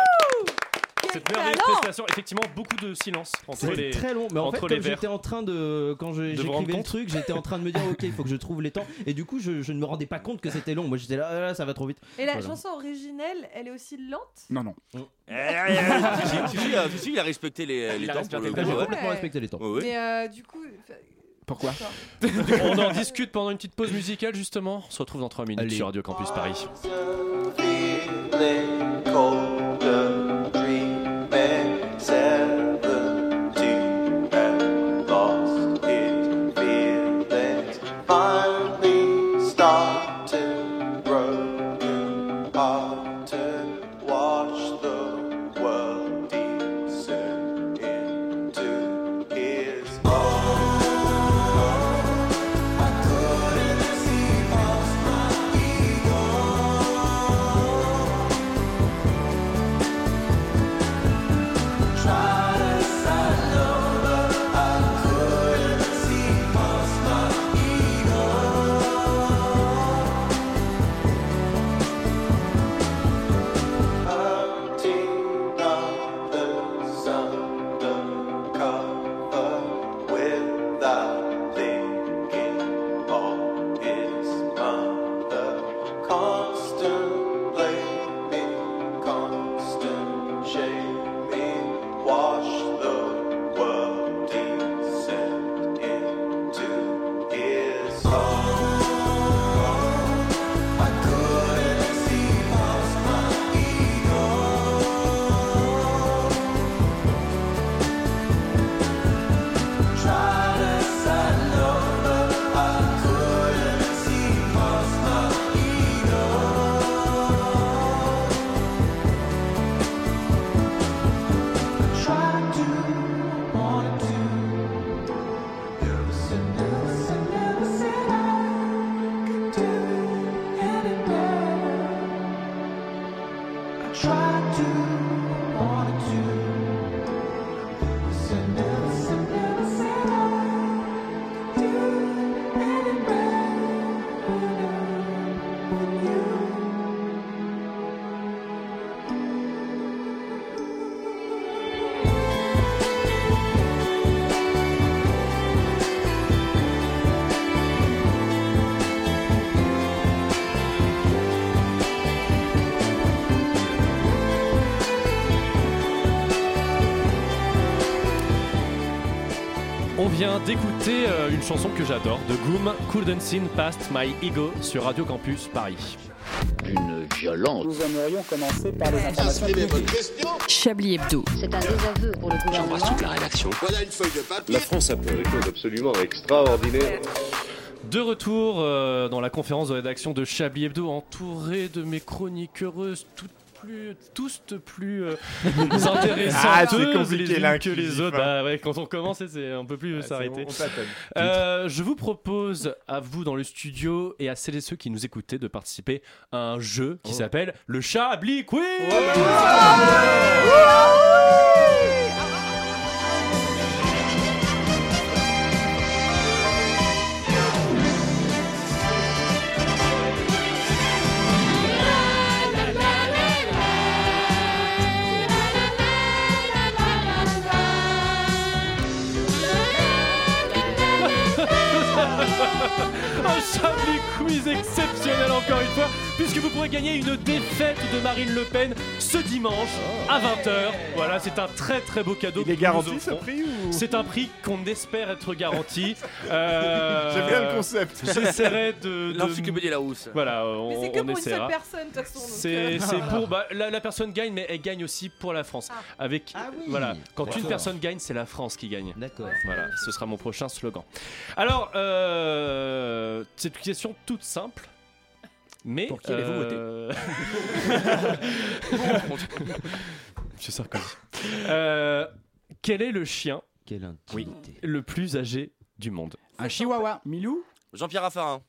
M: Cette merveilleuse prestation, effectivement beaucoup de silence entre
I: C'était
M: les
I: très long, mais en fait,
M: entre les
I: comme
M: verres.
I: j'étais en train de. Quand je-
M: De vous rendre
I: j'écrivais le
M: compte
I: truc, j'étais en train de me dire, ok, il faut que je trouve les temps. Et du coup, je, je ne me rendais pas compte que c'était long. Moi, j'étais là, ah, là, ça va trop vite.
L: Et la
I: Voilà.
L: chanson originelle, elle est aussi lente
J: Non, non.
N: Eh,
H: Eh,
N: Tu sais, euh, tu sais, il a respecté les, les
J: Il a
N: temps.
J: respecté
N: pour
I: Là,
N: le
I: j'ai
N: coup, ouais.
I: complètement respecté les temps.
N: Ouais, ouais.
L: Mais euh, du coup, enfin,
J: Pourquoi
G: *laughs*
M: On en discute pendant une petite pause musicale justement. On se retrouve dans 3 minutes
I: Allez.
M: sur Radio Campus
B: Ah,
M: Paris. On vient d'écouter euh, une chanson que j'adore de Goom, Couldn't Sin Past My Ego sur Radio Campus Paris.
C: D'une violence. Nous aimerions commencer par les
O: informations
G: euh,
P: Chablis Hebdo.
O: C'est un désaveu pour le gouvernement.
C: J'embrasse toute la rédaction.
O: Voilà une feuille de papier.
C: La France a fait des choses absolument extraordinaires.
A: De retour euh, dans la conférence de rédaction de Chablis Hebdo, entouré de mes chroniques heureuses,
B: *laughs*
A: toutes plus, tous de
F: *laughs*
A: plus euh, intéressantes
B: Ah, c'est compliqué,
A: les unes que
B: l'inclusif,
A: les autres.
B: hein. Ah,
A: Bah ouais, quand on commence, c'est un peu plus s'arrêter.
B: on tâtonne.
A: Euh, je vous propose à vous dans le studio et à celles et ceux qui nous écoutaient de participer à un jeu
B: Oh.
A: qui s'appelle le Chablis Quiz.
B: bah,
A: Un Chablis Quiz exceptionnel encore une fois, puisque vous pourrez gagner une défaite de Marine Le Pen ce dimanche à 20h. Voilà, c'est un très très beau cadeau. Il est
B: garanti, ce prix, ou-
A: C'est un prix qu'on espère être
B: *laughs*
A: garanti. Euh,
B: J'aime bien le concept.
A: J'essaierai de. de-
H: L'encyclopédie Larousse.
A: Voilà, on,
G: Mais c'est que
A: on
G: pour
A: essaiera.
G: une seule personne, de toute façon. donc,
A: C'est
G: euh,
A: c'est
G: *laughs*
A: pour bah, la, la personne gagne, mais elle gagne aussi pour la France. Avec voilà, quand une
I: D'accord.
A: personne gagne, c'est la France qui gagne.
I: D'accord.
A: Voilà, ce sera mon prochain slogan. Alors, euh, c'est une question toute simple. Mais Euh,
J: Pour qui allez-vous
A: *laughs* voter Monsieur Sarkozy. Euh, quel est le chien
I: Quelle intimité.
A: le plus âgé du monde
J: Un chihuahua. Milou
H: Jean-Pierre Raffarin.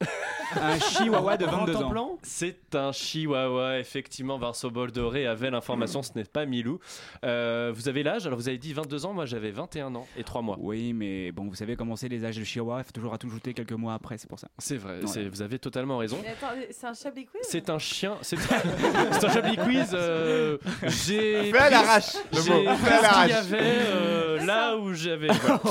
J: Un chihuahua de 22 ans.
A: C'est un chihuahua, effectivement. Varso Boldoré avait l'information, ce n'est pas Milou. Euh, vous avez l'âge Alors vous avez dit 22 ans, moi j'avais 21 ans et 3 mois.
J: Oui, mais bon, vous savez comment c'est les âges de chihuahua, il faut toujours à tout ajouter quelques mois après, c'est pour ça.
A: C'est vrai,
J: Ouais.
A: Euh, c'est- vous avez totalement raison.
G: Mais attendez, c'est un Chablis Quiz
A: C'est un chien, c'est c'est un Chablis quiz. euh, j'ai
B: Fais à l'arrache, le
A: J'ai
B: mot. Fais à
A: pris ce qu'il y
B: l'arrache.
A: avait euh, là où j'avais. voilà.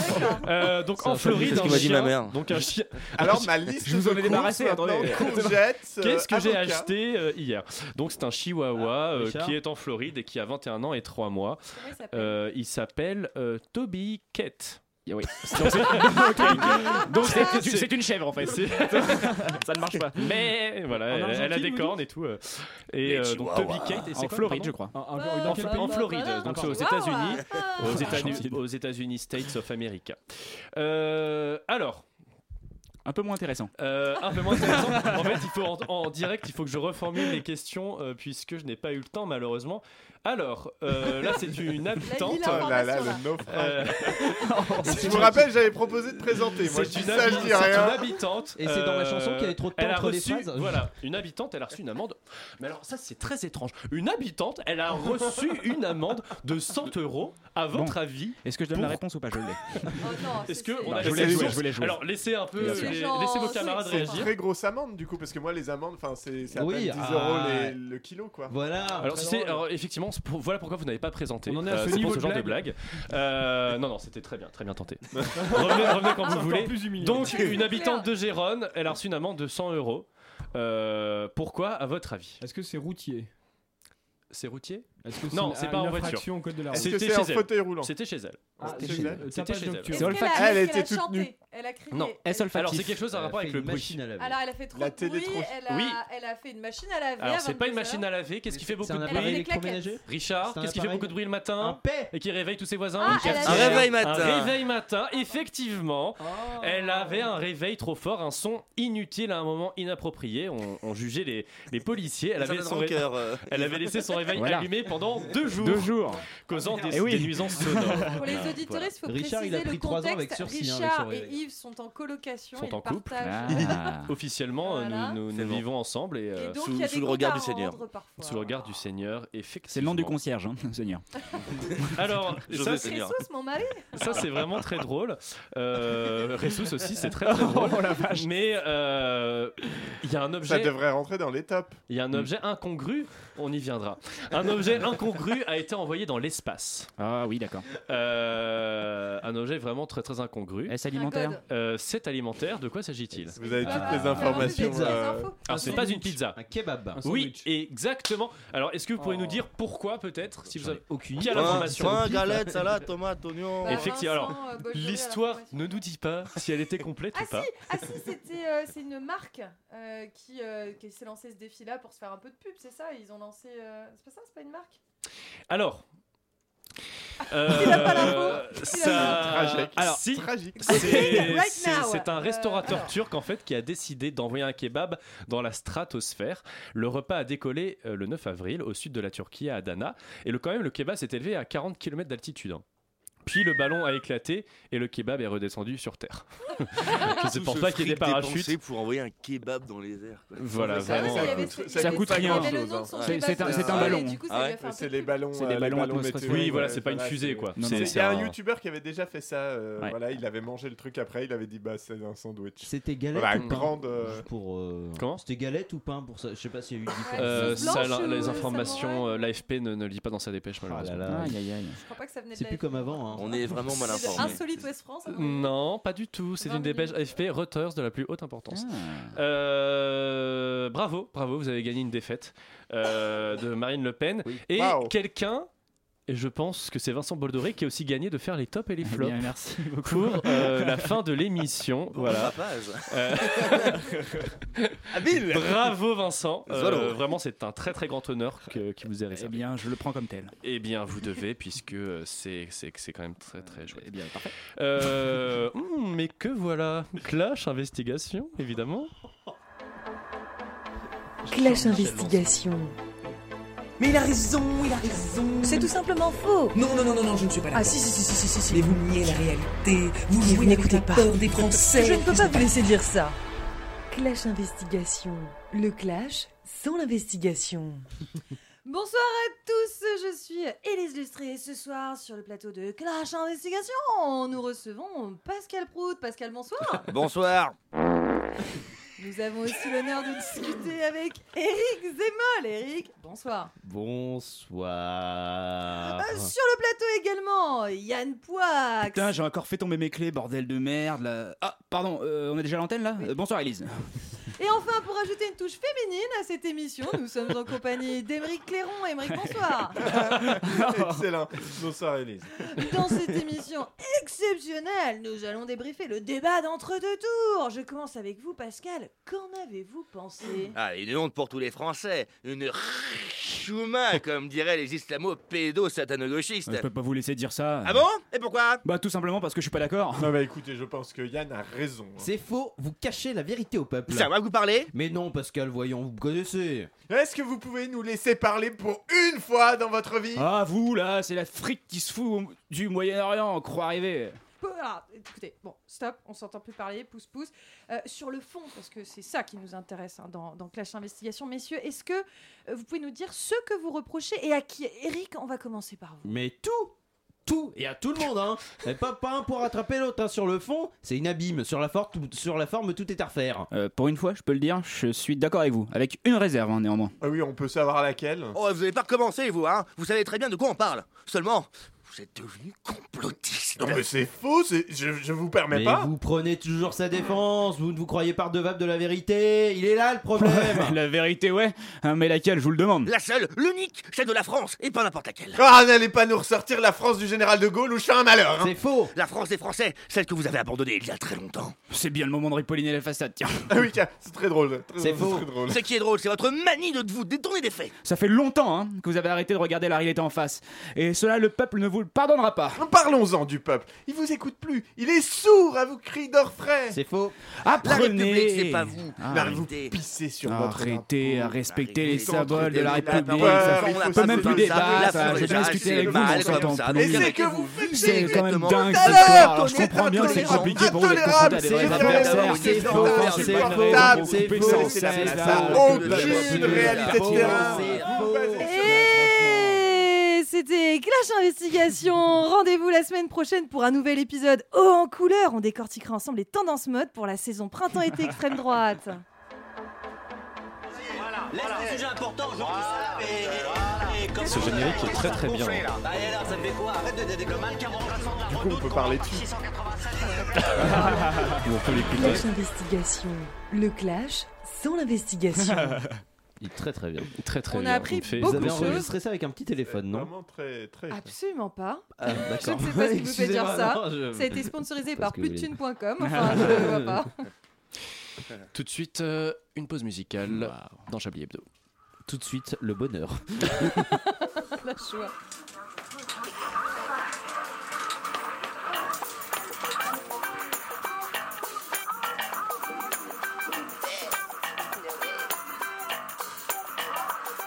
A: Euh, donc
H: C'est
A: en
H: un Chablis, c'est
A: Floride,
H: ce
A: un
H: que m'a dit
A: chien-
H: ma mère.
A: Donc un chien.
B: *laughs* Alors, ma liste.
J: Je vous en ai
B: de
J: débarrassé,
B: courses,
J: attendez.
B: maintenant,
J: *laughs*
B: courgettes. euh,
A: Qu'est-ce que j'ai
B: avocats.
A: acheté euh, hier Donc c'est un chihuahua
J: Ah,
A: euh,
I: Richard
A: qui est en Floride et qui a 21 ans et 3 mois.
G: Comment il s'appelle
A: Euh, il s'appelle euh, Toby Kett. Ah *laughs* oui.
J: Donc c'est- c'est
A: C'est-
J: c'est *laughs* une chèvre en fait.
A: C'est-
J: Ça ne marche pas.
A: Mais voilà,
J: En
A: elle, elle a
J: Argentine,
A: des
J: vous
A: cornes et tout. euh, Et
H: Les
A: euh,
H: chihuahuas.
A: donc Toby Kett et c'est
J: En
A: quoi,
J: Floride,
A: pardon
J: je crois.
A: Bah,
J: Ah.
A: en, Fl- en Floride, donc c'est aux
G: Wow.
A: États-Unis, aux
K: Ah.
A: États-Unis,
J: Argentine.
A: aux États-Unis, States of America. Euh, alors,
J: Un peu moins intéressant.
A: euh, un peu moins intéressant. En fait, il faut en, en direct, il faut que je reformule les questions euh, puisque je n'ai pas eu le temps malheureusement. Alors, euh, là, c'est une habitante.
G: là.
B: Oh là là, le naufrage.
A: euh,
B: *laughs* Je vous rappelle, j'avais proposé de présenter. Moi, je dis
A: c'est une,
B: ça, je
A: habi-
B: dis
A: c'est une
B: rien.
A: habitante. euh,
I: Et c'est dans la chanson qu'il y avait trop de temps
A: elle a
I: entre les
A: reçu-
I: phrases.
A: Voilà, une habitante, elle a reçu une amende. Mais alors, ça, c'est très étrange. Une habitante, elle
J: *laughs*
A: a reçu une amende de 100 euros. À votre avis,
J: Est-ce que je donne
A: Pour-
J: la réponse ou pas Je
A: *laughs*
J: l'ai.
G: Oh non,
A: Est-ce
G: c'est-
A: que on
J: Non,
A: a
J: je
A: la
J: voulais
A: source
J: jouer, je voulais jouer.
A: Alors laissez un peu
J: Bien
A: les-
J: sûr.
A: les-
G: Gens,
A: laissez vos
G: c'est-
A: camarades
G: c'est-
A: réagir.
B: Très grosse amende, du coup, parce que moi, les amendes, enfin, c'est c'est à
I: Oui,
B: peine 10
I: ah.
B: euros les- le kilo, quoi.
I: Voilà.
A: Alors,
I: très
A: si c'est-
I: drôle.
A: alors, effectivement, c'est pour- voilà pourquoi vous n'avez pas présenté. Euh,
F: On en est à ce
A: c'est pour
F: niveau
A: ce
F: de
A: genre de blague.
F: *laughs*
A: Euh, non, non, c'était très bien, très bien tenté. revenez, revenez quand vous
F: *laughs*
A: voulez. Donc, une habitante de Gérone, elle a reçu une amende de 100 euros. Euh, pourquoi, à votre avis
F: Est-ce que c'est routier
A: C'est routier
F: Est-ce que
A: Non,
F: une-
A: c'est
F: ah,
A: pas en
F: une
A: voiture.
F: infraction au code de la
B: Est-ce
F: route
B: que
A: c'était
B: c'est en
A: chez elle.
B: fauteuil roulant
A: C'était chez elle.
F: Ah,
I: c'était
F: c'est-
I: chez
F: euh,
A: C'était
F: tapage
A: chez elle.
F: nocturne.
G: Est-ce qu'elle
B: olfactif.
G: a-
B: Elle
G: est-ce qu'elle
B: était
G: a
B: toute nue.
G: chanté Elle a crié.
A: Non.
G: elle-
J: Est-ce olfactif
A: Alors, c'est quelque chose à
I: Elle a
A: rapport
I: fait
A: avec
I: une
A: le bruit.
I: machine à laver.
G: Alors, elle a fait trop
B: La
G: de bruit,
B: télétro-
G: elle a,
A: Oui.
G: elle a fait une machine à laver. à
A: Alors, c'est pas une
G: 22
A: machine à laver. Qu'est-ce qui fait beaucoup
I: C'est un
A: de
G: Elle a fait
A: bruit
G: des
I: appareil
G: claquettes.
I: électroménager
A: Richard,
I: C'est un
A: qu'est-ce qui fait
I: appareil-
A: beaucoup de bruit le
I: Un
A: matin
I: paix
A: et qui réveille tous ses voisins
G: Ah,
A: Une
G: elle a
A: cafetière.
G: fait- Un Oh.
H: réveil matin.
A: Un réveil matin, effectivement. Elle avait un réveil trop fort, un son inutile à un moment inapproprié. On, on jugeait les, les policiers. Elle avait, son ré-
K: euh.
A: elle avait laissé son réveil
J: euh, Voilà.
A: allumé pendant deux jours,
J: Deux jours.
A: causant des,
J: Eh oui.
A: des nuisances
J: *laughs*
A: sonores.
G: Pour les
A: Voilà.
G: auditeurs, il faut
I: Richard, il a
G: préciser le
I: pris trois ans
G: contexte.
I: avec sursis, hein, avec
G: Richard
I: son
G: et
I: réveil.
G: Yves sont en colocation.
A: Sont
G: ils
A: en couple.
G: partagent-
J: Ah.
I: Ah.
A: Officiellement, euh,
G: Voilà.
A: nous, nous- nous
H: bon.
A: vivons ensemble et,
H: *laughs*
A: euh,
G: Et donc,
H: sous-
G: il y a
H: sous
G: des
H: le
G: comptes
H: regard
G: à
H: du Seigneur.
G: rendre parfois.
A: sous le regard du Seigneur, effectivement.
J: C'est le nom du concierge, hein, *laughs* Seigneur.
A: Alors,
H: *laughs* José
A: ça,
H: Seigneur.
G: Jesus, mon mari
L: *laughs*
A: Ça, c'est vraiment très drôle. Euh, Ressus aussi, c'est très
J: *laughs*
A: très drôle.
J: Oh
A: Mais euh, il y a un
B: Ça
A: objet,
B: devrait rentrer dans les tops.
A: il y a un objet incongru. On y viendra. Un objet objet incongru a été envoyé dans l'espace.
J: Ah oui, d'accord.
A: Euh, un objet vraiment très très incongru.
J: Est-ce alimentaire Un code.
A: Euh, C'est alimentaire. De quoi s'agit-il
B: Vous avez toutes Ah. les informations, Une pizza. euh,
A: Alors c'est
B: Un
A: pas
B: sandwich.
A: une pizza.
I: Un kebab. Un
A: Oui,
I: sandwich.
A: exactement. Alors est-ce que vous pourriez
B: Oh.
A: nous dire pourquoi peut-être si vous avez aucune idée
H: Pain,
A: l'information
H: pain, galette, salade, tomate, oignon.
L: Euh,
A: Effectivement. Alors l'histoire ne nous dit pas si elle était complète ou pas.
L: Ah si, c'était euh, c'est une marque euh, qui, euh, qui s'est lancée ce défi-là pour se faire un peu de pub, c'est ça Ils ont lancé. euh, C'est pas ça, c'est pas une marque
A: Alors. euh,
L: Il a pas l'info. Il a
A: ça...
L: pas l'info. Tragique.
A: Alors,
L: C'est
A: si,
L: tragique.
A: c'est
L: Right
A: c'est-
L: now.
A: c'est un
L: Euh,
A: restaurateur
L: alors.
A: turc en fait qui a décidé d'envoyer un kebab dans la stratosphère. Le repas a décollé euh, le 9 avril au sud de la Turquie à Adana et le, quand même le kebab s'est élevé à 40 km d'altitude. hein. Puis le ballon a éclaté et le kebab est redescendu
L: *laughs*
A: sur terre. Je sais
H: Tout
A: pour
H: ce
A: pas qu'il y ait des
H: fric dépensé
A: parachutes.
H: pour envoyer un kebab dans les airs. quoi.
A: Voilà, Ça, Ah, vraiment. euh, ça, il y avait ce- il y avait- il y avait le nom de son
H: Ouais.
A: kebab, C'est un- c'est un euh, ballon. et du coup, ça
H: Ah
A: lui a
H: ouais.
A: fait un
B: C'est les ballons.
A: C'est
B: euh,
A: des
B: les
A: ballons
B: ballons
A: atmosphériques.
B: météo,
A: Oui, voilà,
B: ouais,
A: c'est pas une fusée, quoi. Non,
B: C'est-
A: non.
B: Il y a
A: c'est
B: un
A: un-
B: youtubeur qui avait déjà fait ça. euh,
A: Ouais.
B: Voilà, il avait mangé le truc après, il avait dit bah c'est un sandwich.
I: C'était galette
B: Voilà,
I: ou pain
B: eh. grande. euh,
I: Juste pour, euh,
A: Comment
I: C'était galette ou pain pour ça Je sais pas s'il y a eu
L: Ah,
I: une différence.
A: Euh, ça, la- les informations, euh, l'AFP ne, ne lit pas dans sa
J: Ah
A: dépêche malheureusement.
I: là. Aïe, aïe,
L: Je crois pas que ça venait de
I: C'est plus comme avant. hein.
H: On est vraiment mal
L: C'est de
H: informé.
L: Insolite West France. hein.
A: Non, pas du tout. C'est une dépêche AFP Reuters de la plus haute importance.
J: Ah.
A: Euh, bravo, bravo, vous avez gagné une défaite euh, de Marine Le Pen. Et
B: Wow.
A: quelqu'un, et je pense que c'est Vincent Boldoré, qui a aussi gagné de faire les tops et les flops.
J: Eh bien, merci beaucoup.
A: Pour
J: *laughs*
A: euh, la fin de l'émission.
H: Oh,
A: Voilà.
H: rattrapage.
A: *laughs* Euh,
H: Habile.
A: Bravo Vincent. Euh,
J: Zolo.
A: vraiment, c'est un très très grand honneur que, qui vous est réservé.
J: Eh bien, je le prends comme tel.
A: Eh bien, vous devez, puisque euh, c'est c'est- c'est quand même très très joli.
J: Eh bien, parfait.
A: mais que voilà Clash Investigation, évidemment.
Q: Clash Investigation. Mais il a raison, il a raison. C'est tout simplement faux. Non, non, non, non, non, je ne suis pas là. Ah si, si, si, si, si, si, si. Mais vous niez la réalité. Vous jouez n'écoutez pas. Peur des Français.
R: Je ne peux pas vous laisser dire ça.
Q: Clash Investigation. Le clash sans l'investigation.
L: *laughs* Bonsoir à tous, je suis Élise Lustré et ce soir sur le plateau de Clash Investigation, nous recevons Pascal Prout. Pascal, bonsoir.
H: Bonsoir.
L: Nous avons aussi l'honneur de discuter avec Eric Zemmoll. Eric, bonsoir.
J: Ah,
I: Bonsoir.
L: Euh, sur le plateau également, Yann Poix.
J: Putain, j'ai encore fait tomber mes clés, bordel de merde. là. Ah, pardon, euh, on est déjà à l'antenne là Euh, Bonsoir, Elise.
L: Et enfin, pour ajouter une touche féminine à cette émission, nous sommes en compagnie d'Émeric Cléron. Émeric, bonsoir.
B: *laughs* Excellent. Bonsoir Elise.
L: Dans cette
B: *laughs*
L: émission exceptionnelle, nous allons débriefer le débat d'entre deux tours. Je commence avec vous, Pascal. Qu'en avez-vous pensé
H: Ah, une honte pour tous les Français. Une chouma, *laughs* comme diraient les islamo-pédo-satano-gauchistes.
J: Je peux pas vous laisser dire ça.
H: Ah bon Et pourquoi
J: Bah, tout simplement parce que je suis pas d'accord.
B: Non, bah écoutez, je pense que Yann a raison.
I: C'est faux, vous cachez la vérité au peuple.
H: Ça va vous parler
I: Mais non, Pascal, voyons, vous me connaissez.
B: Est-ce que vous pouvez nous laisser parler pour une fois dans votre vie
J: Ah, vous là, c'est la fric qui se fout au- du Moyen-Orient, croix arrivée.
L: Peu- ah, écoutez, bon, stop, on s'entend plus parler, pouce pouce. Euh, sur le fond, parce que c'est ça qui nous intéresse hein, dans, dans Clash Investigation, messieurs, est-ce que euh, vous pouvez nous dire ce que vous reprochez et à qui Eric, on va commencer par vous.
I: Mais tout tout et à tout le monde hein *laughs* Et pas, pas un pour rattraper l'autre hein. sur le fond c'est une abîme sur la, for- tout- sur la forme tout est à refaire
J: Euh, pour une fois, je peux le dire, je suis d'accord avec vous. Avec une réserve, hein, néanmoins.
B: Ah oui, on peut savoir laquelle
H: Oh, vous avez pas recommencé, vous, hein Vous savez très bien de quoi on parle. Seulement, vous êtes devenus complotistes.
B: Non mais c'est faux, c'est- je, je vous permets
I: mais
B: pas.
I: vous prenez toujours sa défense vous ne vous croyez pas redevable de la vérité il est là le problème
J: la vérité ouais Hein, mais laquelle, je vous le demande
H: La seule, l'unique, celle de la France, et pas n'importe laquelle.
B: Ah, n'allez pas nous ressortir la France du général de Gaulle ou je fais un malheur. hein.
I: C'est faux
H: La France des Français, celle que vous avez abandonnée il y a très longtemps.
J: C'est bien le moment de ripolliner la façade, tiens.
B: Ah oui, tiens, c'est très drôle. très
J: C'est
B: drôle,
J: faux.
B: très drôle.
H: Ce qui est drôle, c'est votre manie de vous détourner des faits.
J: *laughs* Ça fait longtemps hein, que vous avez arrêté de regarder la réalité en face. Et cela, le peuple ne vous le pardonnera pas.
B: Parlons-en du peuple. Il vous écoute plus. Il est sourd à vos cris d'orfraie.
I: C'est faux.
J: Apprenez.
B: La République, c'est pas vous.
J: Ah,
B: La
J: oui.
B: vous pissez sur votre
J: Arrêtez à respecter les symboles de la
B: Arrêtez de donner la parole, il
J: République. Ça
B: faut
J: fait- On peut même
B: s'arrêter
J: plus
B: de ça,
J: débattre.
B: la
J: ça, J'ai bien
B: fréquence,
J: discuté
B: c'est
J: avec vous,
B: mal
J: mais on s'entend
B: comme ça.
J: plus.
B: Et c'est que vous
J: C'est quand même
B: exactement
J: dingue
B: ça.
J: cette
B: Alors,
J: histoire. Alors, Je
B: on est
J: comprends bien que c'est
B: intolérable,
J: compliqué pour les confronter à des vrais
B: intolérable,
J: adversaires.
B: c'est
J: C'est faux,
B: insupportable,
J: c'est
B: c'est
J: faux,
B: insupportable,
J: c'est
B: c'est
J: faux,
B: faux, c'est
J: c'est
B: la Oh.
J: faux.
B: honte, aucune réalité de *laughs* terrain.
L: Et Eh, c'était Clash Investigation. *laughs* Rendez-vous la semaine prochaine pour un nouvel épisode haut en couleur. On décortiquera ensemble les tendances mode pour la saison printemps-été extrême droite.
H: Laisse les sujets importants aujourd'hui. Et
A: Ce générique est très très bien. *laughs*
B: Du coup, on peut parler dessus.
A: Ou on peut l'écouter.
Q: Clash Investigation. Le clash sans
A: *laughs*
Q: l'investigation.
I: *laughs* Il est très très bien.
A: Très très
L: On a bien. appris Il fait- beaucoup
I: Vous avez
L: de choses.
I: enregistré ça avec un petit téléphone, non
B: Vraiment très très.
L: Absolument pas. *laughs*
I: Ah,
L: je ne
I: d'accord.
L: sais pas si
I: *laughs*
L: vous pouvez dire
I: Excusez-moi,
L: ça.
I: non, je-
L: Ça a été sponsorisé
I: Parce
L: par
I: que vous voulez-
L: plusdune.com.
I: *laughs*
L: Enfin, je ne vois pas.
A: *laughs* Tout de suite, euh, une pause musicale dans Chablis Hebdo.
I: Tout de suite, le bonheur.
A: *laughs*
L: La joie.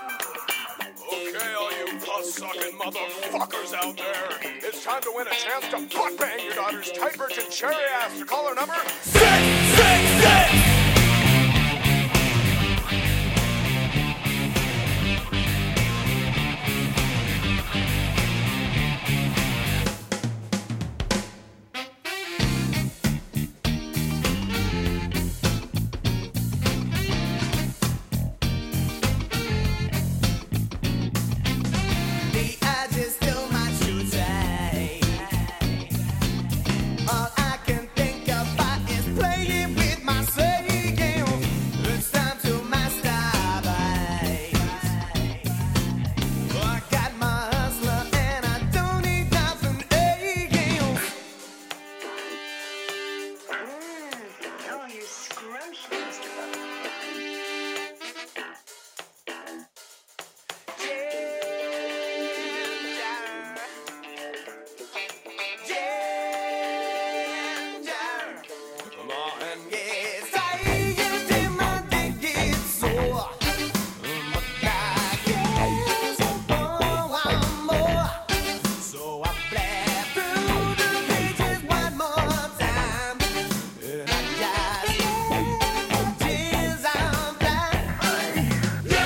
R: Okay, all you puss-sucking motherfuckers out there, it's time to win a chance to pot-bang your daughter's tight virgin cherry ass to call her number six, six, six.
M: The edge is too much to take. All I can think about is playing with myself. It's time to masturbate. I got my hustler and I don't need nothing else. Oh, you scrumptious.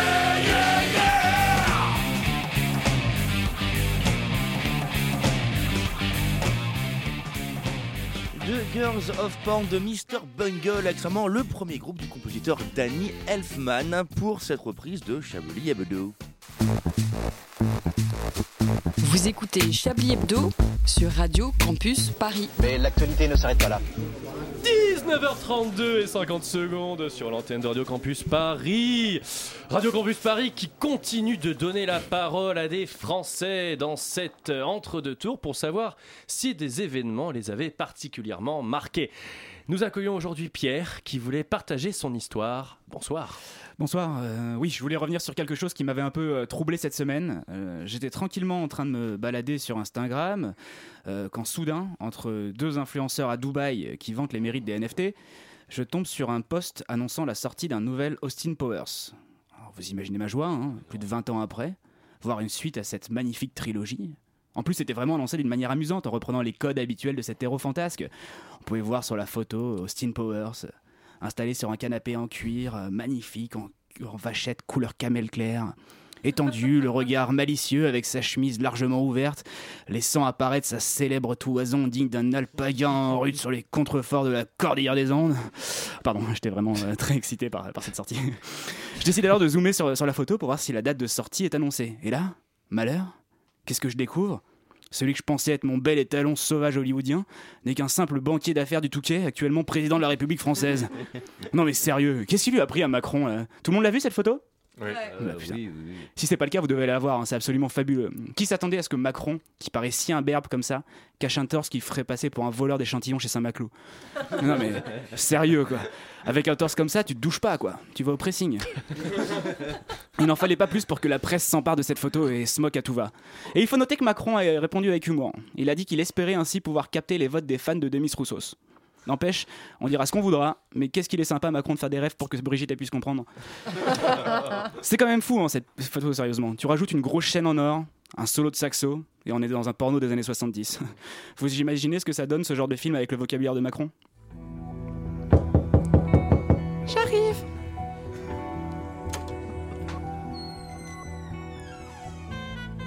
M: Yeah, yeah, yeah!
H: The Girls of Porn de Mr. Bungle, actuellement le premier groupe du compositeur Danny Elfman pour cette reprise de Chablis Hebdo.
P: Vous écoutez Chablis Hebdo sur Radio Campus Paris.
D: Mais l'actualité ne s'arrête pas là.
A: 19h32 et 50 secondes sur l'antenne de Radio Campus Paris. Radio Campus Paris qui continue de donner la parole à des Français dans cet euh, entre-deux-tours pour savoir si des événements les avaient particulièrement marqués. Nous accueillons aujourd'hui Pierre qui voulait partager son histoire. Bonsoir.
J: Bonsoir. euh, oui, je voulais revenir sur quelque chose qui m'avait un peu euh, troublé cette semaine. Euh, J'étais tranquillement en train de me balader sur Instagram euh, quand soudain, entre deux influenceurs à Dubaï euh, qui vantent les mérites des NFT, je tombe sur un post annonçant la sortie d'un nouvel Austin Powers. Alors, vous imaginez ma joie, hein, plus de 20 ans après, voir une suite à cette magnifique trilogie. En plus, c'était vraiment lancé d'une manière amusante en reprenant les codes habituels de cet héros fantasque. On pouvait voir sur la photo Austin Powers, euh, installé sur un canapé en cuir, euh, magnifique, en, en vachette couleur camel clair. Étendu, le regard malicieux avec sa chemise largement ouverte, laissant apparaître sa célèbre toison digne d'un alpaga en rude sur les contreforts de la cordillère des Andes. Pardon, *laughs* j'étais vraiment euh, très excité par, par cette sortie. Je décide alors de zoomer sur, sur la photo pour voir si la date de sortie est annoncée. Et là, malheur, qu'est-ce que je découvre celui que je pensais être mon bel étalon sauvage hollywoodien n'est qu'un simple banquier d'affaires du Touquet, actuellement président de la République française. Non mais sérieux, qu'est-ce qu'il lui a pris à Macron là Tout le monde l'a vu cette photo
B: Ouais.
J: Bah, putain. Si c'est pas le cas, vous devez la voir, hein, c'est absolument fabuleux. Qui s'attendait à ce que Macron, qui paraît si imberbe comme ça, cache un torse qui ferait passer pour un voleur d'échantillons chez Saint-Maclou Non mais sérieux quoi. Avec un torse comme ça, tu te douches pas quoi. Tu vas au pressing. Il n'en fallait pas plus pour que la presse s'empare de cette photo et se moque à tout va. Et il faut noter que Macron a répondu avec humour. Il a dit qu'il espérait ainsi pouvoir capter les votes des fans de Demis Roussos. N'empêche, on dira ce qu'on voudra, mais qu'est-ce qu'il est sympa Macron de faire des rêves pour que Brigitte elle puisse comprendre. C'est quand même fou hein, cette photo, sérieusement. Tu rajoutes une grosse chaîne en or, un solo de saxo, et on est dans un porno des années 70. *laughs* Vous imaginez ce que ça donne ce genre de film avec le vocabulaire de Macron
L: J'arrive.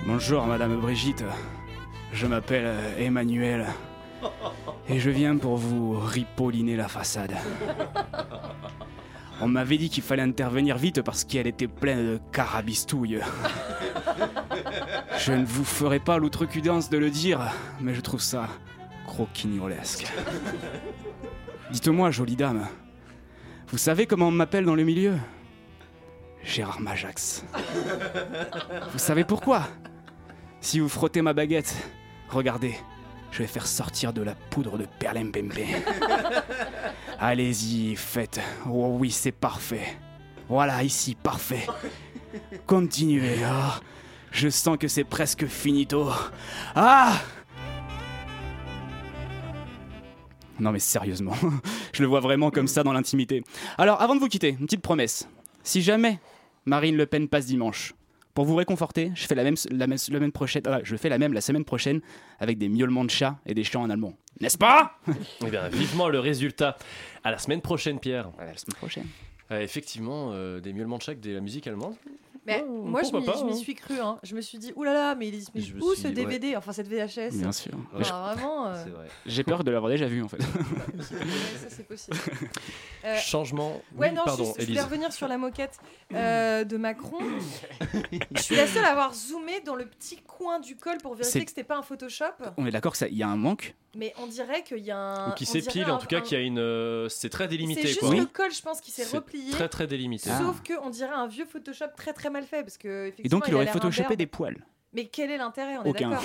J: Bonjour Madame Brigitte, je m'appelle euh, Emmanuel et je viens pour vous ripolliner la façade. On m'avait dit qu'il fallait intervenir vite parce qu'elle était pleine de carabistouilles. je ne vous ferai pas l'outrecuidance de le dire, mais je trouve ça croquignolesque. Dites-moi, jolie dame, vous savez comment on m'appelle dans le milieu Gérard Majax. Vous savez pourquoi Si vous frottez ma baguette, regardez, je vais faire sortir de la poudre de perlembembe. Allez-y, faites. Oh oui, c'est parfait. Voilà, ici, parfait. Continuez. Ah, je sens que c'est presque finito. Ah Non mais sérieusement, *laughs* je le vois vraiment comme ça dans l'intimité. Alors, avant de vous quitter, une petite promesse. Si jamais Marine Le Pen passe dimanche, pour vous réconforter, je fais la même, la même, la même prochaine, ah, je fais la même la semaine prochaine avec des miaulements de chats et des chants en allemand. N'est-ce pas *laughs*
A: Eh bien, vivement le résultat. À la semaine prochaine, Pierre.
J: À la semaine prochaine.
A: effectivement, euh, des miaulements de chèques, de la musique allemande.
L: Mais
A: Oh,
L: moi, je
A: pourquoi
L: m'y
A: pas,
L: je m'y
A: hein.
L: suis cru. hein. Je me suis dit, oulala, mais il est mais
J: Je me
L: où
J: suis
L: ce
J: dit,
L: DVD Enfin, cette VHS
J: Bien sûr.
L: Enfin,
J: Mais je-
L: Vraiment. euh,
J: J'ai peur de l'avoir déjà vu en
A: *laughs*
J: fait.
L: ouais, ça, c'est possible.
J: *laughs*
L: Euh,
A: Changement.
L: Ouais,
A: Oui,
L: non,
A: pardon,
L: juste, je voulais
A: Élise.
L: revenir sur la moquette euh, de Macron.
A: *laughs*
L: je suis la seule à avoir zoomé dans le petit coin du col pour vérifier
J: C'est-
L: que c'était pas un Photoshop.
J: On est d'accord que ça- il y a un manque
L: Mais on dirait qu'il y a un.
A: Ou qui
L: on dirait
A: s'épile,
L: un-
A: en tout cas,
L: un-
A: qui a une. euh, c'est très délimité,
L: C'est juste
A: quoi.
L: le col, je pense, qui s'est
A: C'est
L: replié.
A: Très, très délimité.
L: Sauf que on dirait un vieux Photoshop très très mal fait parce que
J: Ah. Et
L: effectivement,
J: donc il
L: a
J: aurait
L: l'air imberbe.
J: photoshopé des poils.
L: Mais quel est l'intérêt On est
J: Aucun.
L: d'accord.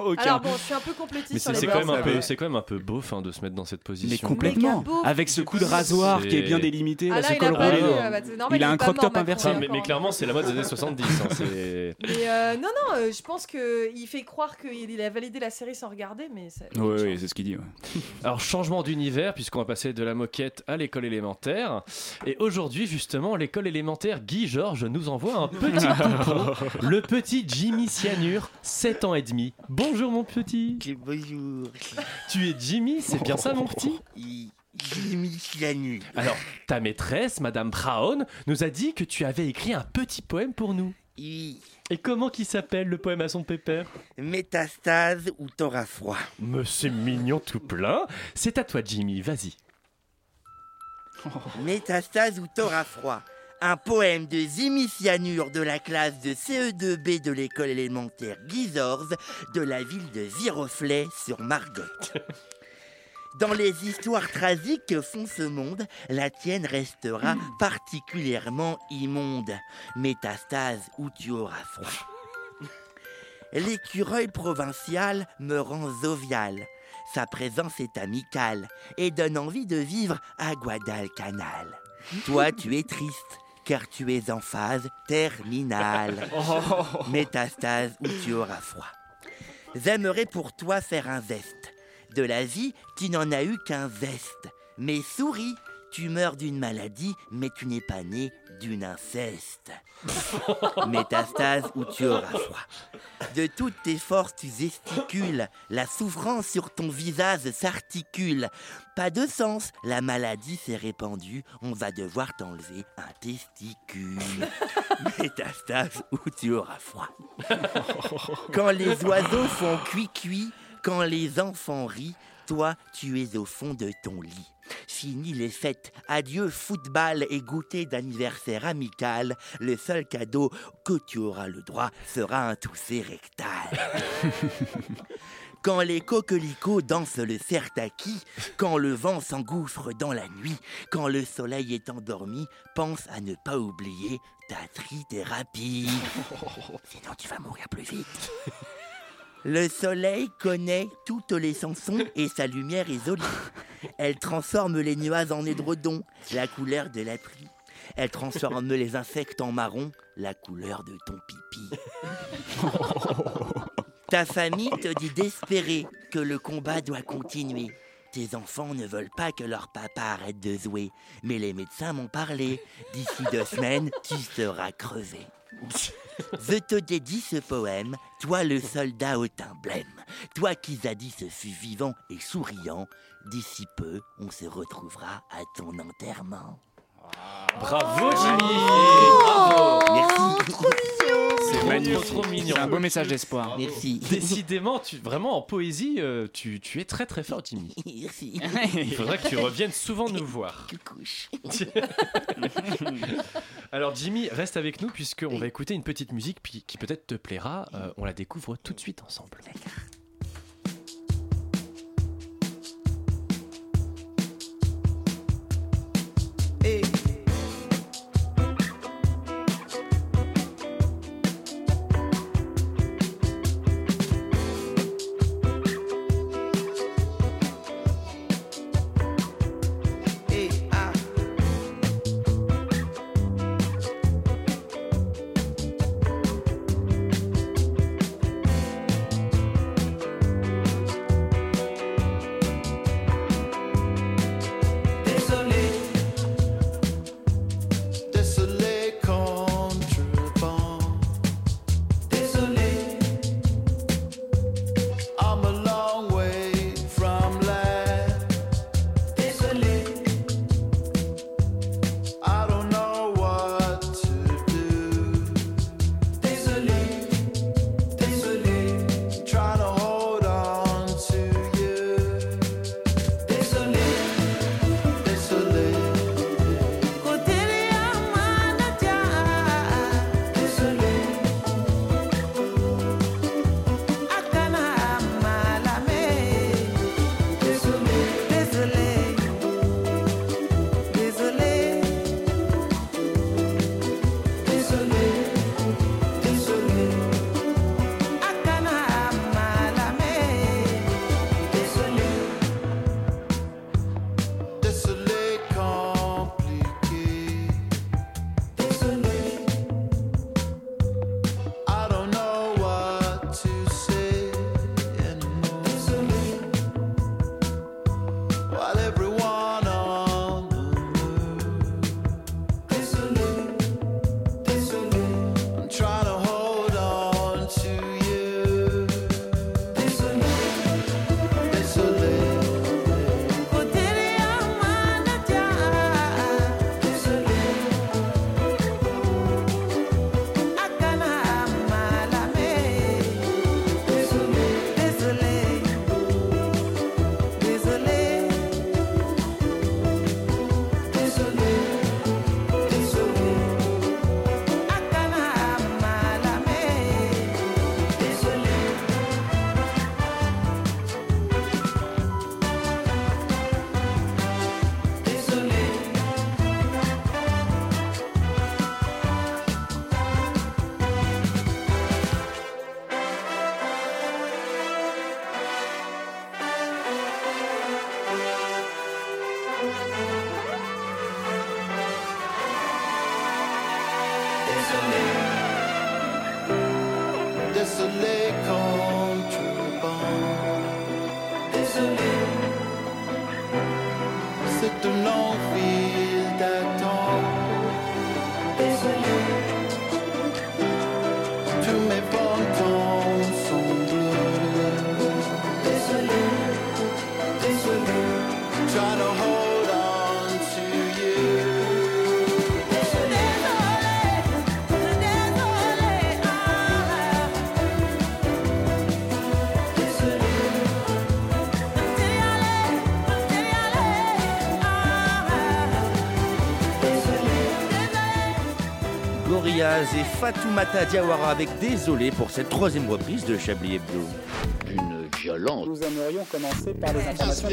L: Aucun.
J: Aucun.
L: Alors bon, je suis un peu complétiste
A: Mais
L: sur
A: c'est
L: les
A: c'est
L: bords,
A: quand, même un
L: ça
A: peu-
L: va.
A: c'est quand même un peu beauf hein, de se mettre dans cette position.
J: Mais complètement.
L: beau.
J: Avec ce coup de rasoir qui est bien délimité,
L: Ah
J: là, ce col roulé.
L: bah,
J: il a un crop top inversé.
A: Ah, mais, mais clairement, c'est la mode des années 70. hein, c'est-
L: Mais euh, non, non, euh, je pense que il fait croire qu'il a validé la série sans regarder, mais ça-
J: Oui, oui, c'est ce qu'il dit. *laughs* ouais.
A: *laughs* Alors, changement d'univers, puisqu'on va passer de la moquette à l'école élémentaire. Et aujourd'hui, justement, l'école élémentaire Guy Georges nous envoie un
J: *laughs*
A: petit coupon. le petit Jimmy Cyanure, 7 ans et demi. Bonjour, mon petit.
H: Bonjour.
A: Tu es Jimmy, c'est bien ça,
H: *laughs*
A: mon petit
H: Jimmy Cyanure.
A: Alors, ta maîtresse, Madame Brown, nous a dit que tu avais écrit un petit poème pour nous.
H: Oui.
A: Et comment qui s'appelle le poème à son pépère
H: Métastase ou t'auras froid.
A: Mais c'est mignon tout plein. C'est à toi, Jimmy, vas-y.
H: *laughs* Métastase ou t'auras froid. Un poème de Jimmy Cyanure de la classe de CE2B de l'école élémentaire Guizorz de la ville de Viroflay sur Margotte. Dans les histoires tragiques que font ce monde, la tienne restera particulièrement immonde. Métastase ou tu auras froid. *laughs* L'écureuil provincial me rend jovial. Sa présence est amicale et donne envie de vivre à Guadalcanal. Toi, tu es triste, car tu es en phase terminale. Métastase où tu auras froid. J'aimerais pour toi faire un zeste. De la vie, tu n'en as eu qu'un zeste. Mais souris, tu meurs d'une maladie, mais tu n'es pas né d'une inceste. Métastase où tu auras froid. De toutes tes forces, tu gesticules. La souffrance sur ton visage s'articule. Pas de sens, la maladie s'est répandue. On va devoir t'enlever un testicule. Métastase où tu auras froid. *laughs* Quand les oiseaux font cuit-cuit, quand les enfants rient, toi, tu es au fond de ton lit. Fini les fêtes, adieu football et goûter d'anniversaire amical. Le seul cadeau que tu auras le droit sera un toussé rectal. Quand les coquelicots dansent le sertaki, quand le vent s'engouffre dans la nuit, quand le soleil est endormi, pense à ne pas oublier ta trithérapie. Sinon, tu vas mourir plus vite. Le soleil connaît toutes les chansons et sa lumière est jolie. Elle transforme les nuages en édredons, la couleur de la pluie. Elle transforme les insectes en marron, la couleur de ton pipi. *laughs* Ta famille te dit d'espérer que le combat doit continuer. Tes enfants ne veulent pas que leur papa arrête de jouer, mais les médecins m'ont parlé. D'ici deux semaines, tu seras crevé. Je te dédie ce poème, toi le soldat au teint blême, toi qui zadis ce fut vivant et souriant. D'ici peu, on se retrouvera à ton enterrement.
A: Bravo Jimmy
H: Merci.
A: c'est magnifique. Trop, trop mignon.
J: C'est un beau message d'espoir.
H: Merci.
A: Décidément, tu, vraiment en poésie, euh, tu, tu es très très fort, Jimmy.
H: *laughs* Merci.
A: Il faudrait que tu reviennes souvent nous voir. *laughs* Alors Jimmy, reste avec nous puisqu'on va écouter une petite musique puis- qui peut-être te plaira. Euh, on la découvre tout de suite ensemble.
M: Hey. Hey, ah. Désolé, désolé contre le vent. Désolé, I'm a long way from land. Désolé, I don't know what to do. Désolé, désolé, trying to hold on to you. Désolé, désolé. Désolé. Désolé, compliqué. Désolé. I don't know what to say anymore. Désolé. While everyone on the move. Désolé. Désolé. I'm trying to hold on to you. Désolé. Désolé. Désolé contre le vent. Désolé. C'est une longue file d'attente. Désolé. Tous mes pantons sont bleus. Désolé. Désolé. Try to hold on to you.
H: Gorillaz et Fatoumata Diawara avec Désolé pour cette troisième reprise de Chablis Hebdo. Une violence.
D: Nous aimerions commencer par les informations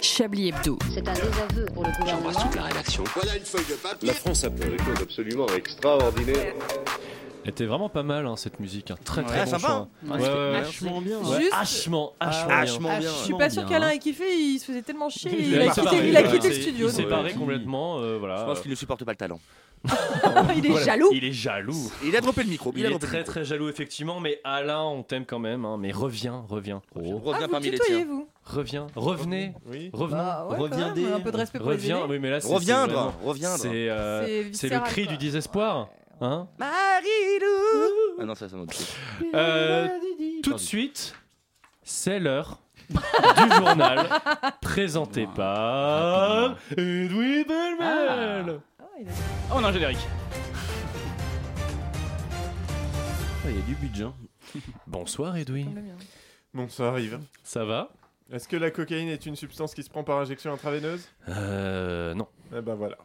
P: Chablis Hebdo. C'est un désaveu pour le gouvernement.
D: toute la rédaction.
O: Voilà une feuille de papier.
A: La France a fait des choses absolument extraordinaires. Elle était vraiment pas mal hein, cette musique, hein. très très
H: Ouais,
A: bon
H: sympa,
A: choix.
H: hein.
A: Ouais,
H: Ouais,
A: ouais,
H: c'était
A: ouais.
H: vachement bien,
A: Ouais.
H: Juste-
A: Hachement, hachement,
H: Hachement
A: bien.
H: bien.
L: Ah, Je suis pas sûr qu'Alain ait kiffé, il se faisait tellement chier,
J: *laughs*
L: il,
A: est
L: a,
A: séparé,
L: quitté, il a
A: voilà.
L: quitté le
A: Il s'est-
L: studio.
A: Il s'est
L: donc.
A: barré complètement, euh, voilà.
H: Je pense qu'il ne supporte pas le talent.
L: *laughs*
B: Ah,
L: Il est jaloux.
A: Il est jaloux.
H: Il a droppé le micro.
A: Il,
H: Il a
A: est
H: droppé le
A: très
H: micro.
A: très jaloux effectivement, mais Alain, on t'aime quand même, hein, mais reviens, reviens. Oh.
H: Reviens Ah, vous parmi les tutoyez, tiens. vous
A: Reviens, revenez,
B: Oui.
A: revenez,
B: Bah ouais, quand
A: reviens
B: même, un peu de respect pour les
A: reviens,
B: aînés.
A: oui, mais là, c'est- c'est
H: Reviendre,
A: vraiment-
H: reviendre.
A: C'est euh,
H: C'est
A: c'est le
H: viscéral,
A: cri
H: quoi.
A: du désespoir, hein
H: Marie-Lou Ah non, ça, c'est un autre truc.
A: Euh, tout de suite, c'est l'heure du
B: *laughs*
A: journal présenté par Edoui
L: hein.
J: Ah.
L: Ah,
B: Ah.
A: Belmel.
J: Oh non, générique.
I: Ah, Il y a du budget. hein.
A: *laughs* Bonsoir Edoui.
B: Bon, ça arrive.
A: Ça va
B: Est-ce que la cocaïne est une substance qui se prend par injection intraveineuse
A: Euh non.
B: Eh ben voilà.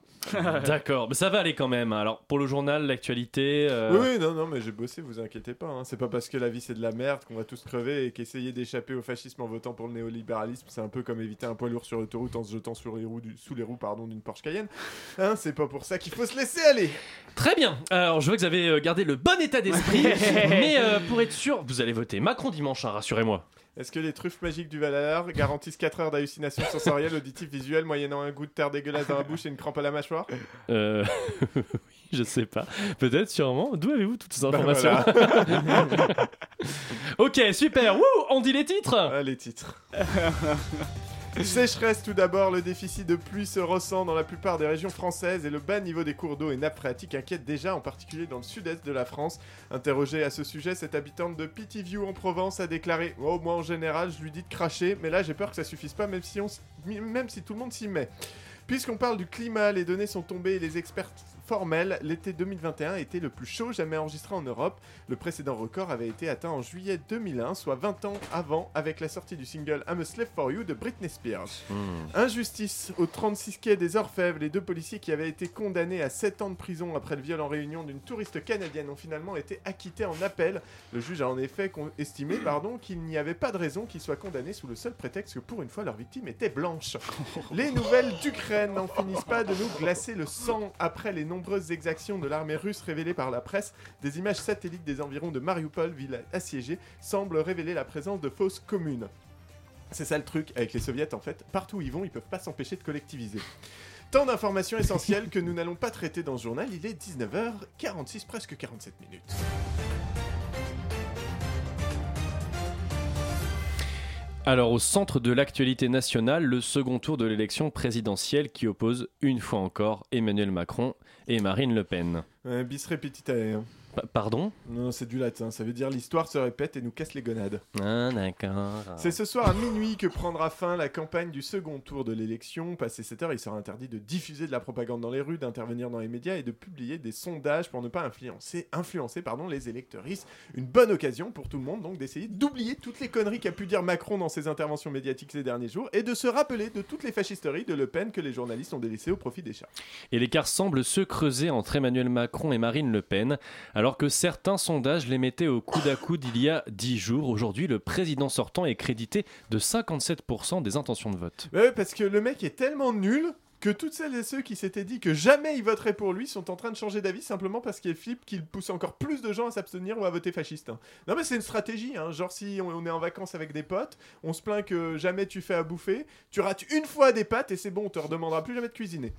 A: D'accord, mais ça va aller quand même. Alors pour le journal, l'actualité. euh,
B: Oui, oui, non, non, mais j'ai bossé, vous inquiétez pas. hein. C'est pas parce que la vie c'est de la merde qu'on va tous crever et qu'essayer d'échapper au fascisme en votant pour le néolibéralisme, c'est un peu comme éviter un poids lourd sur l'autoroute en se jetant sur les roues du- sous les roues pardon d'une Porsche Cayenne. Hein, c'est pas pour ça qu'il faut se laisser aller.
A: Très bien. Alors je vois que vous avez euh, gardé le bon état d'esprit, mais euh, pour être sûr, vous allez voter Macron dimanche, hein, rassurez-moi.
B: Est-ce que les truffes magiques du Valhalla garantissent 4 heures d'hallucination sensorielle, auditive, visuelle, moyennant un goût de terre dégueulasse dans la bouche et une crampe à la mâchoire
A: Euh... *laughs* oui, je sais pas. Peut-être, sûrement. D'où avez-vous toutes ces informations
B: Ben,
A: *laughs*
B: voilà. Ah,
A: Ok, super. Wouh, on dit les titres.
B: les titres. *laughs* Sécheresse tout d'abord, le déficit de pluie se ressent dans la plupart des régions françaises et le bas niveau des cours d'eau et nappes phréatiques inquiète déjà en particulier dans le sud-est de la France. Interrogée à ce sujet, cette habitante de Pittiview en Provence a déclaré Oh, moi en général, je lui dis de cracher, mais là j'ai peur que ça suffise pas, même si, on s- même si tout le monde s'y met. Puisqu'on parle du climat, les données sont tombées et les experts formels, l'été 2021 était le plus chaud jamais enregistré en Europe. Le précédent record avait été atteint en juillet 2001, soit 20 ans avant, avec la sortie du single I'm a Slave for You de Britney Spears.
M: Mmh.
A: Hmm.
B: Injustice. Au 36 quai des Orfèvres, les deux policiers qui avaient été condamnés à 7 ans de prison après le viol en réunion d'une touriste canadienne ont finalement été acquittés en appel. Le juge a en effet con- estimé pardon, qu'il n'y avait pas de raison qu'ils soient condamnés sous le seul prétexte que pour une fois leur victime était blanche. Les nouvelles d'Ukraine n'en finissent pas de nous glacer le sang après les nombreuses exactions de l'armée russe révélées par la presse. Des images satellites des environs de Mariupol, ville assiégée, semblent révéler la présence de fausses communes. C'est ça le truc avec les soviets en fait. Partout où ils vont, ils peuvent pas s'empêcher de collectiviser. Tant d'informations essentielles que nous n'allons pas traiter dans ce journal. Il est 19h46, presque 47 minutes.
A: Alors, au centre de l'actualité nationale, le second tour de l'élection présidentielle qui oppose une fois encore Emmanuel Macron et Marine Le Pen.
B: Euh, bis repetitae. hein.
A: Pa- pardon
B: Non, c'est du latin. Ça veut dire l'histoire se répète et nous casse les gonades.
A: Ah, d'accord.
B: C'est ce soir à minuit que prendra fin la campagne du second tour de l'élection. Passé 7 heures, il sera interdit de diffuser de la propagande dans les rues, d'intervenir dans les médias et de publier des sondages pour ne pas influencer, influencer pardon, les électrices. Une bonne occasion pour tout le monde donc d'essayer d'oublier toutes les conneries qu'a pu dire Macron dans ses interventions médiatiques ces derniers jours et de se rappeler de toutes les fascisteries de Le Pen que les journalistes ont délaissées au profit des chats.
A: Et l'écart semble se creuser entre Emmanuel Macron et Marine Le Pen, alors que certains sondages les mettaient au coude à coude il y a 10 jours. Aujourd'hui, le président sortant est crédité de 57% des intentions de vote.
B: Ouais, ouais, Bah parce que le mec est tellement nul que toutes celles et ceux qui s'étaient dit que jamais ils voteraient pour lui sont en train de changer d'avis simplement parce qu'ils flippent qu'il pousse encore plus de gens à s'abstenir ou à voter fasciste. hein. Non mais c'est une stratégie, hein. genre si on- on est en vacances avec des potes, on se plaint que jamais tu fais à bouffer, tu rates une fois des pâtes et c'est bon, on te redemandera plus jamais de cuisiner.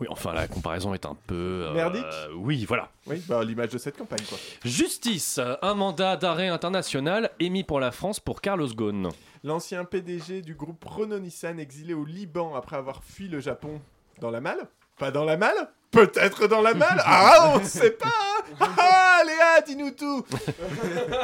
A: Oui, enfin, la comparaison est un peu. euh,
B: Merdique
A: Oui, voilà.
B: Oui, bah l'image de cette campagne quoi.
A: Justice, un mandat d'arrêt international émis pour la France pour Carlos Ghosn.
B: L'ancien PDG du groupe Renault-Nissan exilé au Liban après avoir fui le Japon. Dans la malle Pas dans la malle Peut-être dans la malle Ah, on ne sait pas hein
A: *laughs*
B: Ah, ah, Léa, dis-nous tout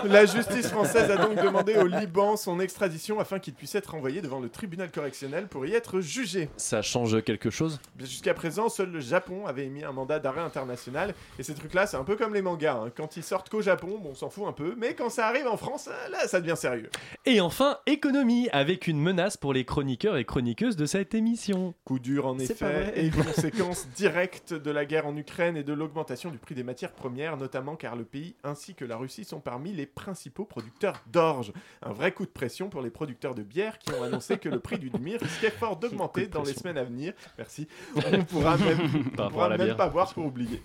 B: La justice française a donc demandé au Liban son extradition afin qu'il puisse être envoyé devant le tribunal correctionnel pour y être jugé.
A: Ça change quelque chose
B: Jusqu'à présent, seul le Japon avait émis un mandat d'arrêt international. Et ces trucs-là, c'est un peu comme les mangas. hein. Quand ils sortent qu'au Japon, bon, on s'en fout un peu. Mais quand ça arrive en France, ah, là, ça devient sérieux.
A: Et enfin, économie, avec une menace pour les chroniqueurs et chroniqueuses de cette émission.
B: Coup dur en
A: C'est pas
B: effet,
A: vrai.
B: et
A: *laughs*
B: une conséquence directe de la guerre en Ukraine et de l'augmentation du prix des matières premières, notamment car le pays ainsi que la Russie sont parmi les principaux producteurs d'orge. Un vrai coup de pression pour les producteurs de bière qui ont annoncé que le prix du demi risquait
A: *laughs*
B: fort d'augmenter dans les semaines à venir. Merci. On pourra même, on
A: Par rapport
B: pourra
A: à la
B: même
A: bière.
B: pas boire pour oublier.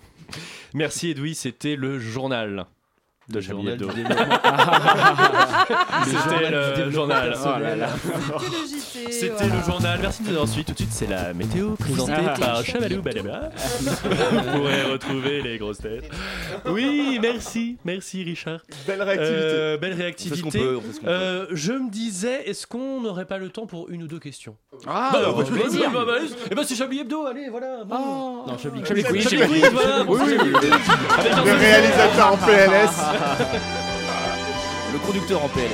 A: Merci Edoui, c'était le journal. De Chablis
I: journal
A: Hebdo.
I: du
A: *laughs*
I: développement. Le
A: C'était
I: journal du
A: le
I: développement
A: journal.
I: personnel.
A: Oh là là.
I: C'était le JT,
A: C'était
I: voilà.
A: le journal. Merci de nous avoir suivis. Tout de suite, c'est la météo présentée
I: êtes
A: par
I: les
A: Chabalou Balaba. Vous pourrez retrouver les grosses têtes. *laughs* Oui, merci, merci Richard.
B: Belle réactivité.
A: Euh, belle
I: On fait ce qu'on
A: réactivité.
I: peut, on fait ce qu'on peut.
A: Euh, je me disais, est-ce qu'on n'aurait pas le temps pour une ou deux questions
I: Ah,
A: Bah,
I: bah,
A: bah,
I: oui.
A: vas-y, bah, bah, vas-y. Eh ben, c'est Chablis Hebdo, allez, voilà. bon.
I: Non, Chablis
A: Chablis
I: Quiz.
A: Quiz, Chablis Quiz, voilà.
I: Oui, oui, oui.
A: Avec un
I: Le
A: seul-
I: réalisateur en PLS.
N: *laughs*
A: Le conducteur en PLS.
B: *laughs*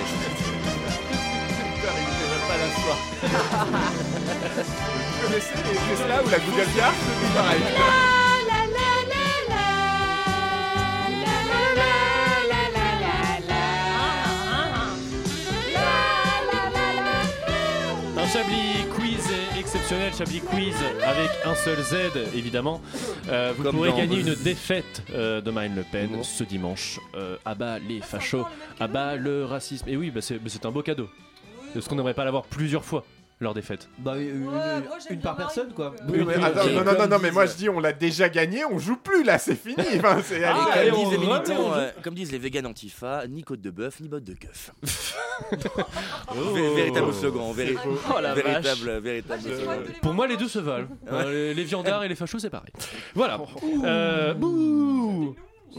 B: Vous connaissez les Tesla ou la Google Car C'est pareil.
R: la la la la la la la la la la
A: Chablis Quiz est exceptionnel, Chablis Quiz avec un seul Z évidemment. Euh, vous
I: Comme
A: pourrez
I: dans-
A: gagner une défaite euh, de Marine Le Pen ce dimanche. Euh, à bas les fachos, à bas le racisme. Et oui, bah, c'est bah, c'est un beau cadeau. Est-ce qu'on n'aimerait pas l'avoir plusieurs fois leur défaite
I: Bah, une,
L: Ah,
I: une par personne, quoi.
L: euh,
B: Oui, mais attends, non, non, non, non, mais moi je dis, on l'a déjà gagné, on joue plus là, c'est fini. Enfin, c'est-
A: Ah,
B: allez,
N: Allez,
B: allez,
N: comme, disent les
B: on remet,
N: militants,
B: on joue.
N: euh, comme disent les véganes antifa, ni côte de bœuf, ni botte de keuf.
A: Oh.
N: Vé- Véritable slogan, véri-
A: C'est beau. Oh, la
N: véritable,
A: vache.
N: véritable
A: Euh,
N: slogan.
A: Pour moi, les deux se valent. Euh, les, les viandards et les fachos, c'est pareil. Voilà.
N: Ouh.
A: Euh, bouh.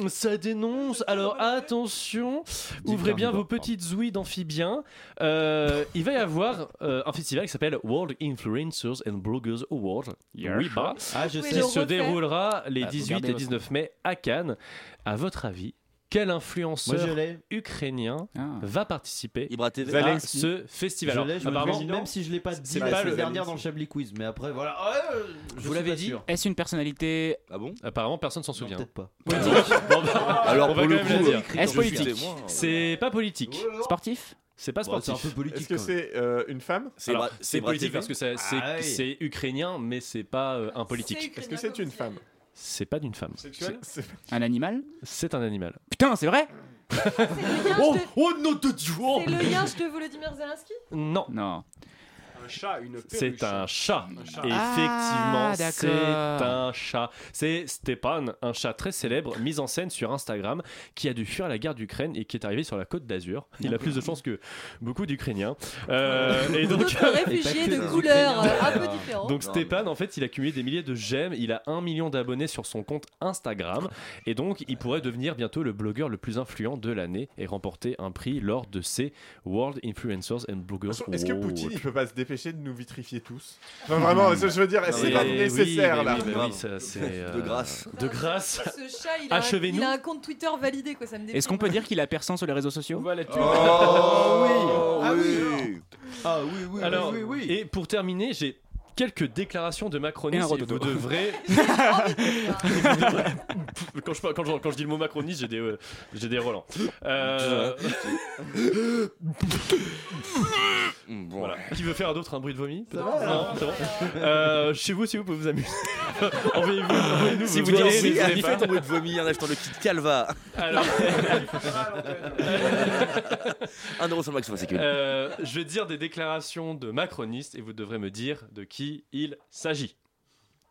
A: Ça dénonce. Alors attention, ouvrez bien vos petites ouïes d'amphibiens. Euh, il va y avoir euh, un festival qui s'appelle World Influencers and Bloggers Award, WIBA,
I: Ah, je sais.
A: qui se
I: Le refaire.
A: déroulera les
I: Ah, faut
A: 18
I: garder
A: et
I: votre-
A: 19 mai à Cannes. À votre avis, quel
I: Moi, je
A: influenceur
I: l'ai.
A: ukrainien va participer
I: TV.
A: à
I: Zelensky.
A: Ah, ce festival
I: Je
A: Alors,
I: l'ai, je me
A: apparemment,
I: demande, même si je l'ai pas dit
A: c'est
I: la
A: pas
I: semaine
A: le
I: dernière dans le Chablis Quiz, mais après voilà. Ouais, euh, je
A: Vous
I: suis
A: l'avez
I: pas
A: dit
I: sûr.
J: Est-ce une personnalité
N: Ah bon
A: Apparemment, personne s'en souvient.
I: peut-être pas.
A: Bon, *laughs* bah,
I: Alors,
A: on va
I: pour le
A: quand même
I: coup,
A: la dire. Oh
I: est-ce politique Je suis témoin.
A: C'est pas politique.
J: Sportif
A: C'est pas
I: Bon,
A: sportif.
I: c'est un peu politique,
B: Est-ce que c'est euh, une femme
A: C'est Alors, c'est politique parce que
I: hein.
A: ça- c'est
B: Ah oui.
A: c'est ukrainien, mais c'est pas euh, un politique.
B: Est-ce que c'est une femme
A: C'est pas d'une femme.
B: Sexuelle
A: C'est-
J: Un animal
A: C'est un animal.
J: Putain, c'est vrai
A: Oh, oh non de Dieu
L: C'est le lien de Volodymyr Zelensky
A: Non.
J: Non.
F: Un chat, une
A: C'est *laughs* un chat.
F: chat.
A: Effectivement,
J: Ah,
A: c'est
J: d'accord.
A: un chat. C'est Stepan, un chat très célèbre, mis en scène sur Instagram, qui a dû fuir la guerre d'Ukraine et qui est arrivé sur la côte d'Azur. Il a plus de chance que beaucoup d'Ukrainiens. Euh, et donc, *laughs*
L: D'autres réfugiés de couleur euh, un peu différents.
A: Donc Stéphane, en fait, il a cumulé des milliers de j'aime, il a un million d'abonnés sur son compte Instagram, et donc il pourrait devenir bientôt le blogueur le plus influent de l'année et remporter un prix lors de ces World Influencers and Bloggers
B: Est-ce que
A: Awards.
B: Poutine, il peut pas se dépêcher de nous vitrifier tous Enfin, vraiment, je veux dire, c'est pas
A: Eh oui,
B: nécessaire
A: mais
B: là.
A: oui, mais oui, ça, c'est, euh,
N: De grâce.
A: De *laughs* grâce.
L: Ce chat, il a, un,
J: Achevez-nous.
L: il a un compte Twitter validé, quoi, ça me déprime.
J: Est-ce qu'on peut dire qu'il a perçant sur les réseaux sociaux
A: Ah Oh, oui.
I: Ah oui, oui,
A: Alors,
I: oui, oui, oui.
A: et pour terminer, j'ai quelques déclarations de
I: Et un
A: macronistes. Et
I: rototo.
A: vous
N: *laughs*
A: devrez. quand, je, quand, je, quand je dis le mot macroniste, j'ai des, euh, j'ai des relents. *laughs* Euh,
K: Mmh,
A: Voilà. Qui veut faire d'autres un bruit de vomi peut-être
R: va,
A: Non,
R: ça
A: c'est bon. Euh, Chez vous, si vous pouvez vous amuser. *laughs* Envoyez-vous. envoyez-nous
N: Si
A: vos
N: vous dites
A: idées,
N: oui,
A: n'hésitez
N: allez,
A: pas.
N: faites un bruit de vomi en achetant le kit Calva. *laughs*
A: Alors.
N: 1 euro sur Max sur la sécu.
A: Euh, je vais dire des déclarations de macronistes et vous devrez me dire de qui il s'agit.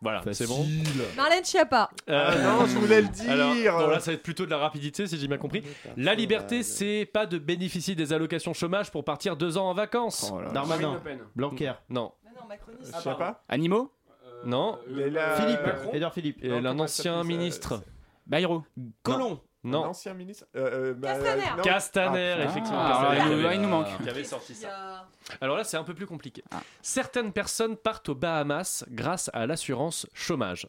A: Voilà, c'est bon.
L: Marlène Schiappa.
A: Euh,
B: Ah non, je voulais le dire. Ah,
A: alors, non, là, ça va être plutôt de la rapidité, si j'ai bien compris. La liberté, c'est pas de bénéficier des allocations chômage pour partir deux ans en
B: Oh
A: vacances.
I: Darmanin. Ah,
F: Marine Le Pen.
A: Blanquer. Non.
B: Euh,
A: Ah, Euh,
B: Je sais pas.
J: Animaux
A: Non.
I: Philippe, Edouard Philippe.
A: Et un ancien ministre.
J: Bayrou.
I: Colomb.
A: Non.
B: Un ancien ministre euh, euh, bah,
A: Castaner.
B: non.
A: Castaner,
B: Ah,
A: effectivement.
B: putain.
A: Castaner
J: ah,
A: qui
J: il-
A: avait-
J: ah, il nous manque.
A: Qui avait sorti ça. Alors là, c'est un peu plus compliqué.
J: Ah.
A: Certaines personnes partent aux Bahamas grâce à l'assurance chômage.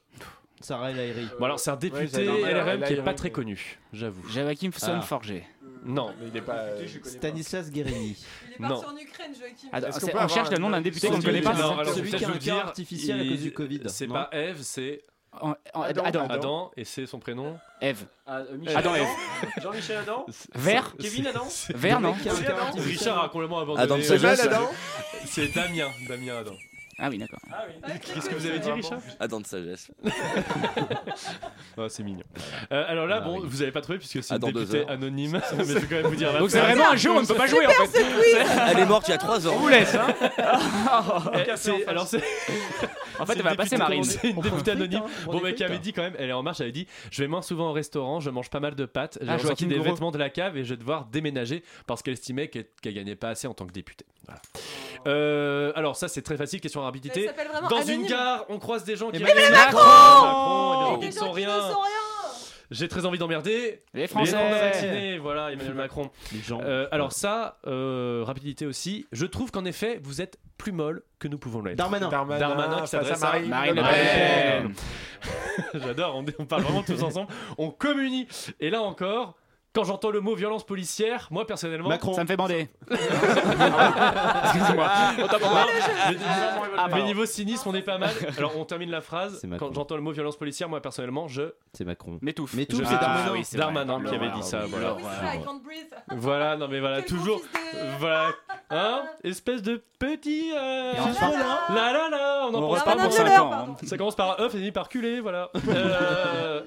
I: Sarah El Haïry.
A: Bon, alors c'est un député
I: j'allais dire,
A: LRM qui est
I: LRM,
A: pas très
I: mais-
A: connu, j'avoue.
J: Joachim Fosson
A: Ah.
J: Forger.
A: Non.
B: Mais il est pas.
I: euh, Stanislas Guérini.
L: Il est
A: Non.
L: parti en Ukraine, Joachim.
J: Attends, c'est- on cherche le nom d'un député qu'on ne connaît pas.
A: Non, alors
J: Celui
A: peut-être
J: qui a
A: je
J: un
A: veux dire,
J: cœur artificiel à
A: il-
J: cause du Covid,
A: C'est
J: non
A: pas Eve, c'est
J: En- en- Adam. Adam.
A: et c'est son prénom
J: Eve.
F: Ah, euh, Michel
J: Adam
F: Adam.
K: *laughs*
J: Eve.
F: Jean-Michel Adam.
J: Vert.
F: Kevin Adam.
A: C'est-
J: Vert, non
A: Kevin Adam Richard a complètement abandonné.
J: Adam de sagesse.
A: C'est-
J: Adam
A: C'est Damien, Damien Adam.
J: Ah oui, d'accord.
A: Qu'est-ce que vous avez dit, Richard
N: Adam de sagesse.
A: *laughs* Ah, c'est mignon. Euh, alors là, bon, vous avez pas trouvé puisque c'est
N: Ah, dans
A: une
N: deux
A: députée
N: heures. *laughs*
A: anonyme. mais je vais quand même vous dire la
J: Donc c'est
A: phrase.
J: vraiment un jeu, on ne peut pas jouer en
A: Super,
J: fait.
A: ce quiz
N: *laughs* Elle est morte il y a 3 ans.
J: On vous laisse, *laughs* hein.
A: Eh, c'est- alors c'est.
J: *laughs* En fait,
A: c'est
J: elle
A: une
J: va passer
A: députée-
J: Marine.
A: C'est une
J: On prend
A: députée
J: des frites,
A: anonyme.
J: hein, on prend
A: Bon,
J: des
A: mais qui
J: frites,
A: avait
J: hein.
A: dit quand même, elle est en marche, elle avait dit Je vais moins souvent au restaurant, je mange pas mal de pâtes, j'ai
J: Ah,
A: ressorti
J: Joachim
A: des
J: Gouraud.
A: vêtements de la cave et je vais devoir déménager parce qu'elle estimait qu'elle qu'elle gagnait pas assez en tant que députée. Voilà. Euh, alors, ça, c'est très facile, question de rapidité.
L: Elle s'appelle vraiment
A: Dans
L: anonyme.
A: une gare, on croise des gens qui.
L: Emmanuel
A: Macron
L: Macron
A: Macron, des gens qui ne sont
L: Ils ne
A: rien.
L: sont rien.
A: J'ai très envie d'emmerder
J: Les Français.
A: non vaccinés, voilà Emmanuel Macron. Euh, alors ça, euh, rapidité aussi. Je trouve qu'en effet, vous êtes plus molle que nous pouvons l'être.
I: Darmanin.
A: Darmanin,
I: Darmanin
A: qui
I: face à
A: s'adresse à
I: Marine Le Pen.
A: *laughs* J'adore. On, on parle vraiment tous ensemble. On communie. Et là encore.
J: *laughs*
A: Quand j'entends le mot violence policière, moi personnellement,
J: Ça me fait bander.
A: excuse-moi. *laughs* On t'a pas
L: Oh,
A: mal.
L: le jeu.
A: Mais-
L: Ah,
A: mais
L: pardon.
A: niveau cynisme, on est pas mal. Alors, on termine la phrase.
I: bah, C'est Macron.
A: Quand j'entends le mot violence policière, moi personnellement, je.
I: C'est Macron.
A: M'étouffe.
I: M'étouffe,
A: Je-
I: c'est
A: Ah,
I: Darmanin.
A: oui, c'est Darmanin qui avait dit ça. Voilà.
L: I can't breathe.
A: Voilà, non mais voilà, toujours. Voilà. Hein Espèce de petit. euh,
L: enfin-
A: La la la On en
I: On
A: pense
I: repart
A: pas pour
I: pour
A: 5
I: cinq ans,
A: ans.
I: hein.
A: Ça commence par un œuf et finit par culé, voilà. Euh,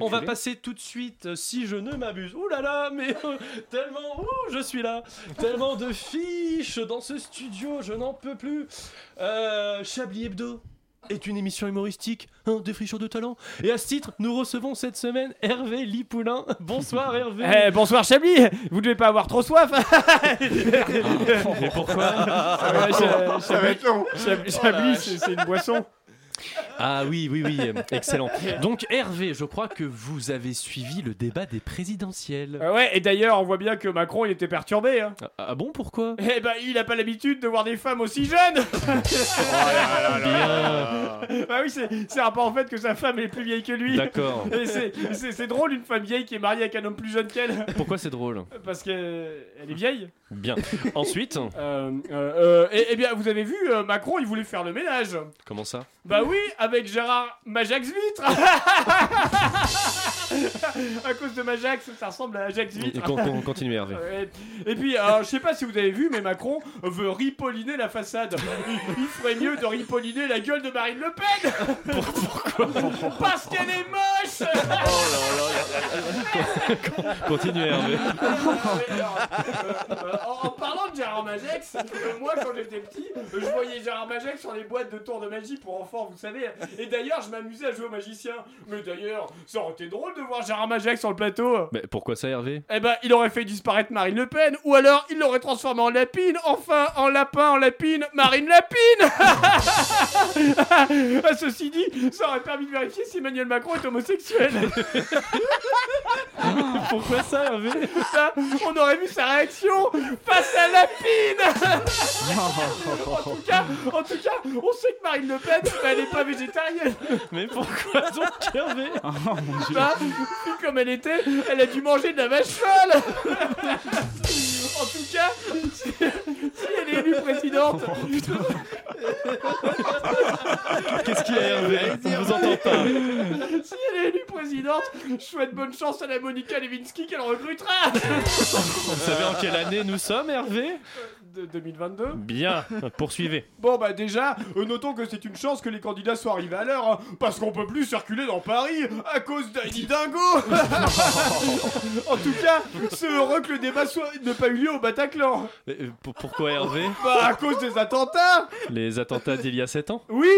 A: On va
I: Culé.
A: passer tout de suite, euh, si je ne m'abuse. Ouh là là, mais euh, tellement. Ouh, je suis là. Tellement de fiches dans ce studio, je n'en peux plus. Euh, Chablis Hebdo est une émission humoristique, hein, des frichons de talent. Et à ce titre, nous recevons cette semaine Hervé Lipoulin. Bonsoir Hervé.
K: Eh,
A: *laughs*
K: bonsoir Chablis, vous devez pas avoir trop soif. *laughs*
A: Mais pourquoi
K: Ouais, Cha-
A: Ça va être long.
K: Chablis- Chab- Chablis, c'est c'est une boisson.
A: Ah oui, oui, oui, euh, excellent. Donc Hervé, je crois que vous avez suivi le débat des présidentielles.
K: Euh, ouais, et d'ailleurs, on voit bien que Macron, il était perturbé. hein.
A: Ah bon, pourquoi
K: Eh ben, il a pas l'habitude de voir des femmes aussi
A: *laughs*
K: jeunes.
A: Oh
K: Bah oui, c'est c'est un peu en fait que sa femme est plus vieille que lui.
A: D'accord.
K: Et c'est- c'est c'est drôle, une femme vieille qui est mariée avec un homme plus jeune qu'elle.
A: Pourquoi c'est drôle
K: Parce qu'elle est vieille.
A: Bien. Ensuite,
K: Euh, euh, euh, et, et bien, vous avez vu, euh, Macron, il voulait faire le ménage.
A: comment ça
K: Bah oui, avec Gérard Majax Vitre. à cause de Majax, ça ressemble à Ajax Vitre.
A: Et con- con- continuez, Hervé.
K: Ouais. Et puis, euh, je sais pas si vous avez vu, mais Macron veut ripolliner la façade. Il, il ferait mieux de ripolliner la gueule de Marine Le Pen. Pourquoi Parce qu'elle est moche.
A: Continuez, Hervé.
K: Euh, en, en parlant de Gérard Majax, euh, moi quand j'étais petit, euh, je voyais Gérard Majax sur les boîtes de tours de magie pour enfants, vous savez. Et d'ailleurs, je m'amusais à jouer au magicien. Mais d'ailleurs, ça aurait été drôle de voir Gérard Majax sur le plateau.
A: Mais pourquoi ça, Hervé
K: Eh ben, il aurait fait disparaître Marine Le Pen, ou alors il l'aurait transformé en lapine, enfin en lapin, en lapine, *laughs* Marine Lapine Ah, Ceci dit, ça aurait permis de vérifier si Emmanuel Macron est homosexuel.
A: *laughs* Pourquoi ça, Hervé
K: Ah, On aurait vu sa réaction face à Lapine en, tout cas, en tout cas, on sait que Marine Le Pen, bah, elle est pas végétarienne.
A: Mais pourquoi donc Hervé
K: Bah, vu comme elle était, elle a dû manger de la vache folle En tout cas, si, si elle est élue présidente...
A: *laughs* Qu'est-ce qu'il y a, Hervé On vous entend pas.
K: Si elle est élue présidente, je souhaite bonne chance à la Monica Lewinsky qu'elle recrutera
A: Vous savez en quelle année nous sommes, Hervé
K: De 2022
A: Bien, poursuivez.
K: Bon bah déjà, euh, notons que c'est une chance que les candidats soient arrivés à l'heure, hein, parce qu'on peut plus circuler dans Paris à cause d'Annie Dingo *laughs* En tout cas, c'est heureux que le débat soit... n'ait pas eu lieu au Bataclan
A: Mais, euh, pour- pourquoi Hervé
K: Bah à cause des attentats
A: Les attentats d'il y a 7 ans
K: Oui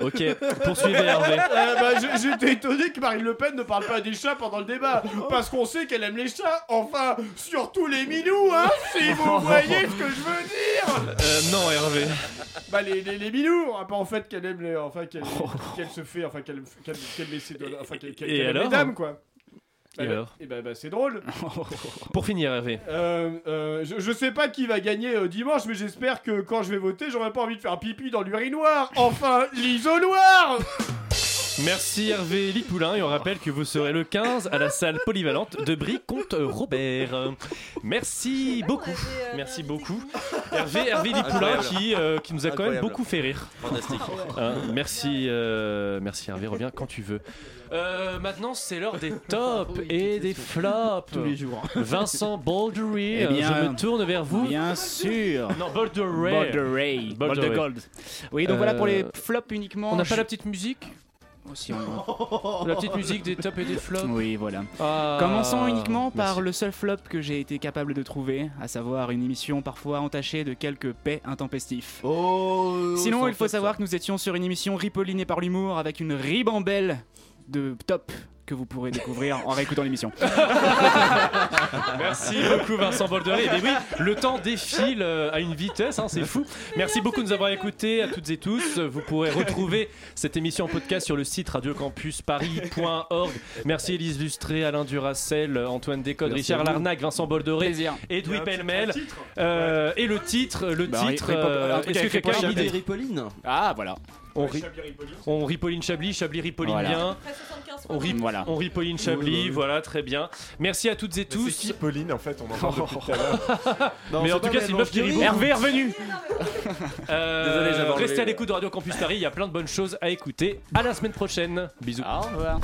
A: Ok,
K: *laughs*
A: poursuivez, Hervé.
K: Euh, bah, je- J'étais étonné que Marine Le Pen ne parle pas des chats pendant le débat, parce qu'on sait qu'elle aime les chats, enfin, surtout les minous, hein, si vous voyez ce que je veux dire
A: Euh, non, Hervé.
K: Bah les, les, les minous ah, bah, en fait qu'elle aime les... Enfin qu'elle qu'elle se fait... Enfin qu'elle qu'elle qu'elle laisse ses doigts- Enfin qu'elle qu'elle-
A: Oh. Et
K: qu'elle aime
A: alors
K: les dames quoi
A: Et
K: Bah, bah,
A: alors
K: eh bah, bah, c'est
A: *laughs*
K: drôle
A: Pour finir, Hervé.
K: Euh, euh, je, je sais pas qui va gagner euh, dimanche mais j'espère que quand je vais voter j'aurai pas envie de faire pipi dans l'urinoir
A: *laughs*
K: Enfin l'isoloir
A: Merci Hervé Lipoulin et on rappelle que vous serez le 15 à la salle polyvalente de Brie-Comte Robert. Merci beaucoup. euh, Merci beaucoup. Hervé, Hervé Lipoulin
N: Incroyable.
A: qui, euh, qui nous a quand même
N: Incroyable.
A: beaucoup fait rire.
N: Fantastique.
A: Hein, merci, euh, merci Hervé, reviens quand tu veux. Euh, maintenant, c'est l'heure des tops et des
J: *laughs*
A: flops.
J: Tous les jours.
A: Vincent Boldery,
J: Eh bien,
A: je me tourne vers vous.
J: Bien sûr.
A: Non, Boldery.
J: Bolderay.
A: Bold Array.
J: Gold. Oui, donc voilà pour les flops uniquement.
A: Euh, On n'a
J: je-
A: pas la petite musique Oh,
J: Aussi,
A: La petite musique des tops et des flops
J: Oui, voilà.
A: Ah,
J: Commençons uniquement par
A: merci.
J: le seul flop que j'ai été capable de trouver, à savoir une émission parfois entachée de quelques paix intempestifs. Sinon,
A: Oh,
I: c'est
J: il faut savoir que nous étions sur une émission ripollinée par l'humour avec une ribambelle de top que vous pourrez découvrir en réécoutant l'émission.
A: Merci beaucoup Vincent Bolderé. Mais oui, le temps défile euh, à une vitesse, hein, c'est fou. Merci beaucoup de nous avoir écoutés à toutes et tous. Vous pourrez retrouver cette émission en podcast sur le site radiocampusparis.org. Merci Élise Lustré, Alain Duracel, Antoine Décode,
J: Merci
A: Richard
J: à vous.
A: Larnac, Vincent Bolderé, Edoui Pellemel. Euh, et le titre, le
J: Bah,
A: titre.
J: Ripop-
A: euh,
J: un truc
A: Est-ce que
J: avec
A: quelqu'un a une
J: Ripop-
A: idée
J: Ripop- Ah voilà.
A: On, ri- on Ripolline Chablis, Chablis Ripolline
J: Voilà.
A: bien.
L: Après 75
A: On rit,
J: Voilà.
A: on rit Pauline Chablis, voilà, très bien. Merci à toutes et tous. C'est qui
B: Pauline en fait On en
A: parle
B: depuis tout à Non,
A: *laughs* Mais
B: c'est
A: en tout
B: pas
A: cas,
B: Manon
A: c'est une meuf qui rit.
B: Fiori.
A: beaucoup. Hervé est revenu
B: Désolé,
A: Euh,
B: j'avais enlevé.
A: Restez à l'écoute de Radio Campus Paris, il y a plein de bonnes choses à écouter. À la semaine prochaine. Bisous.
J: Au revoir.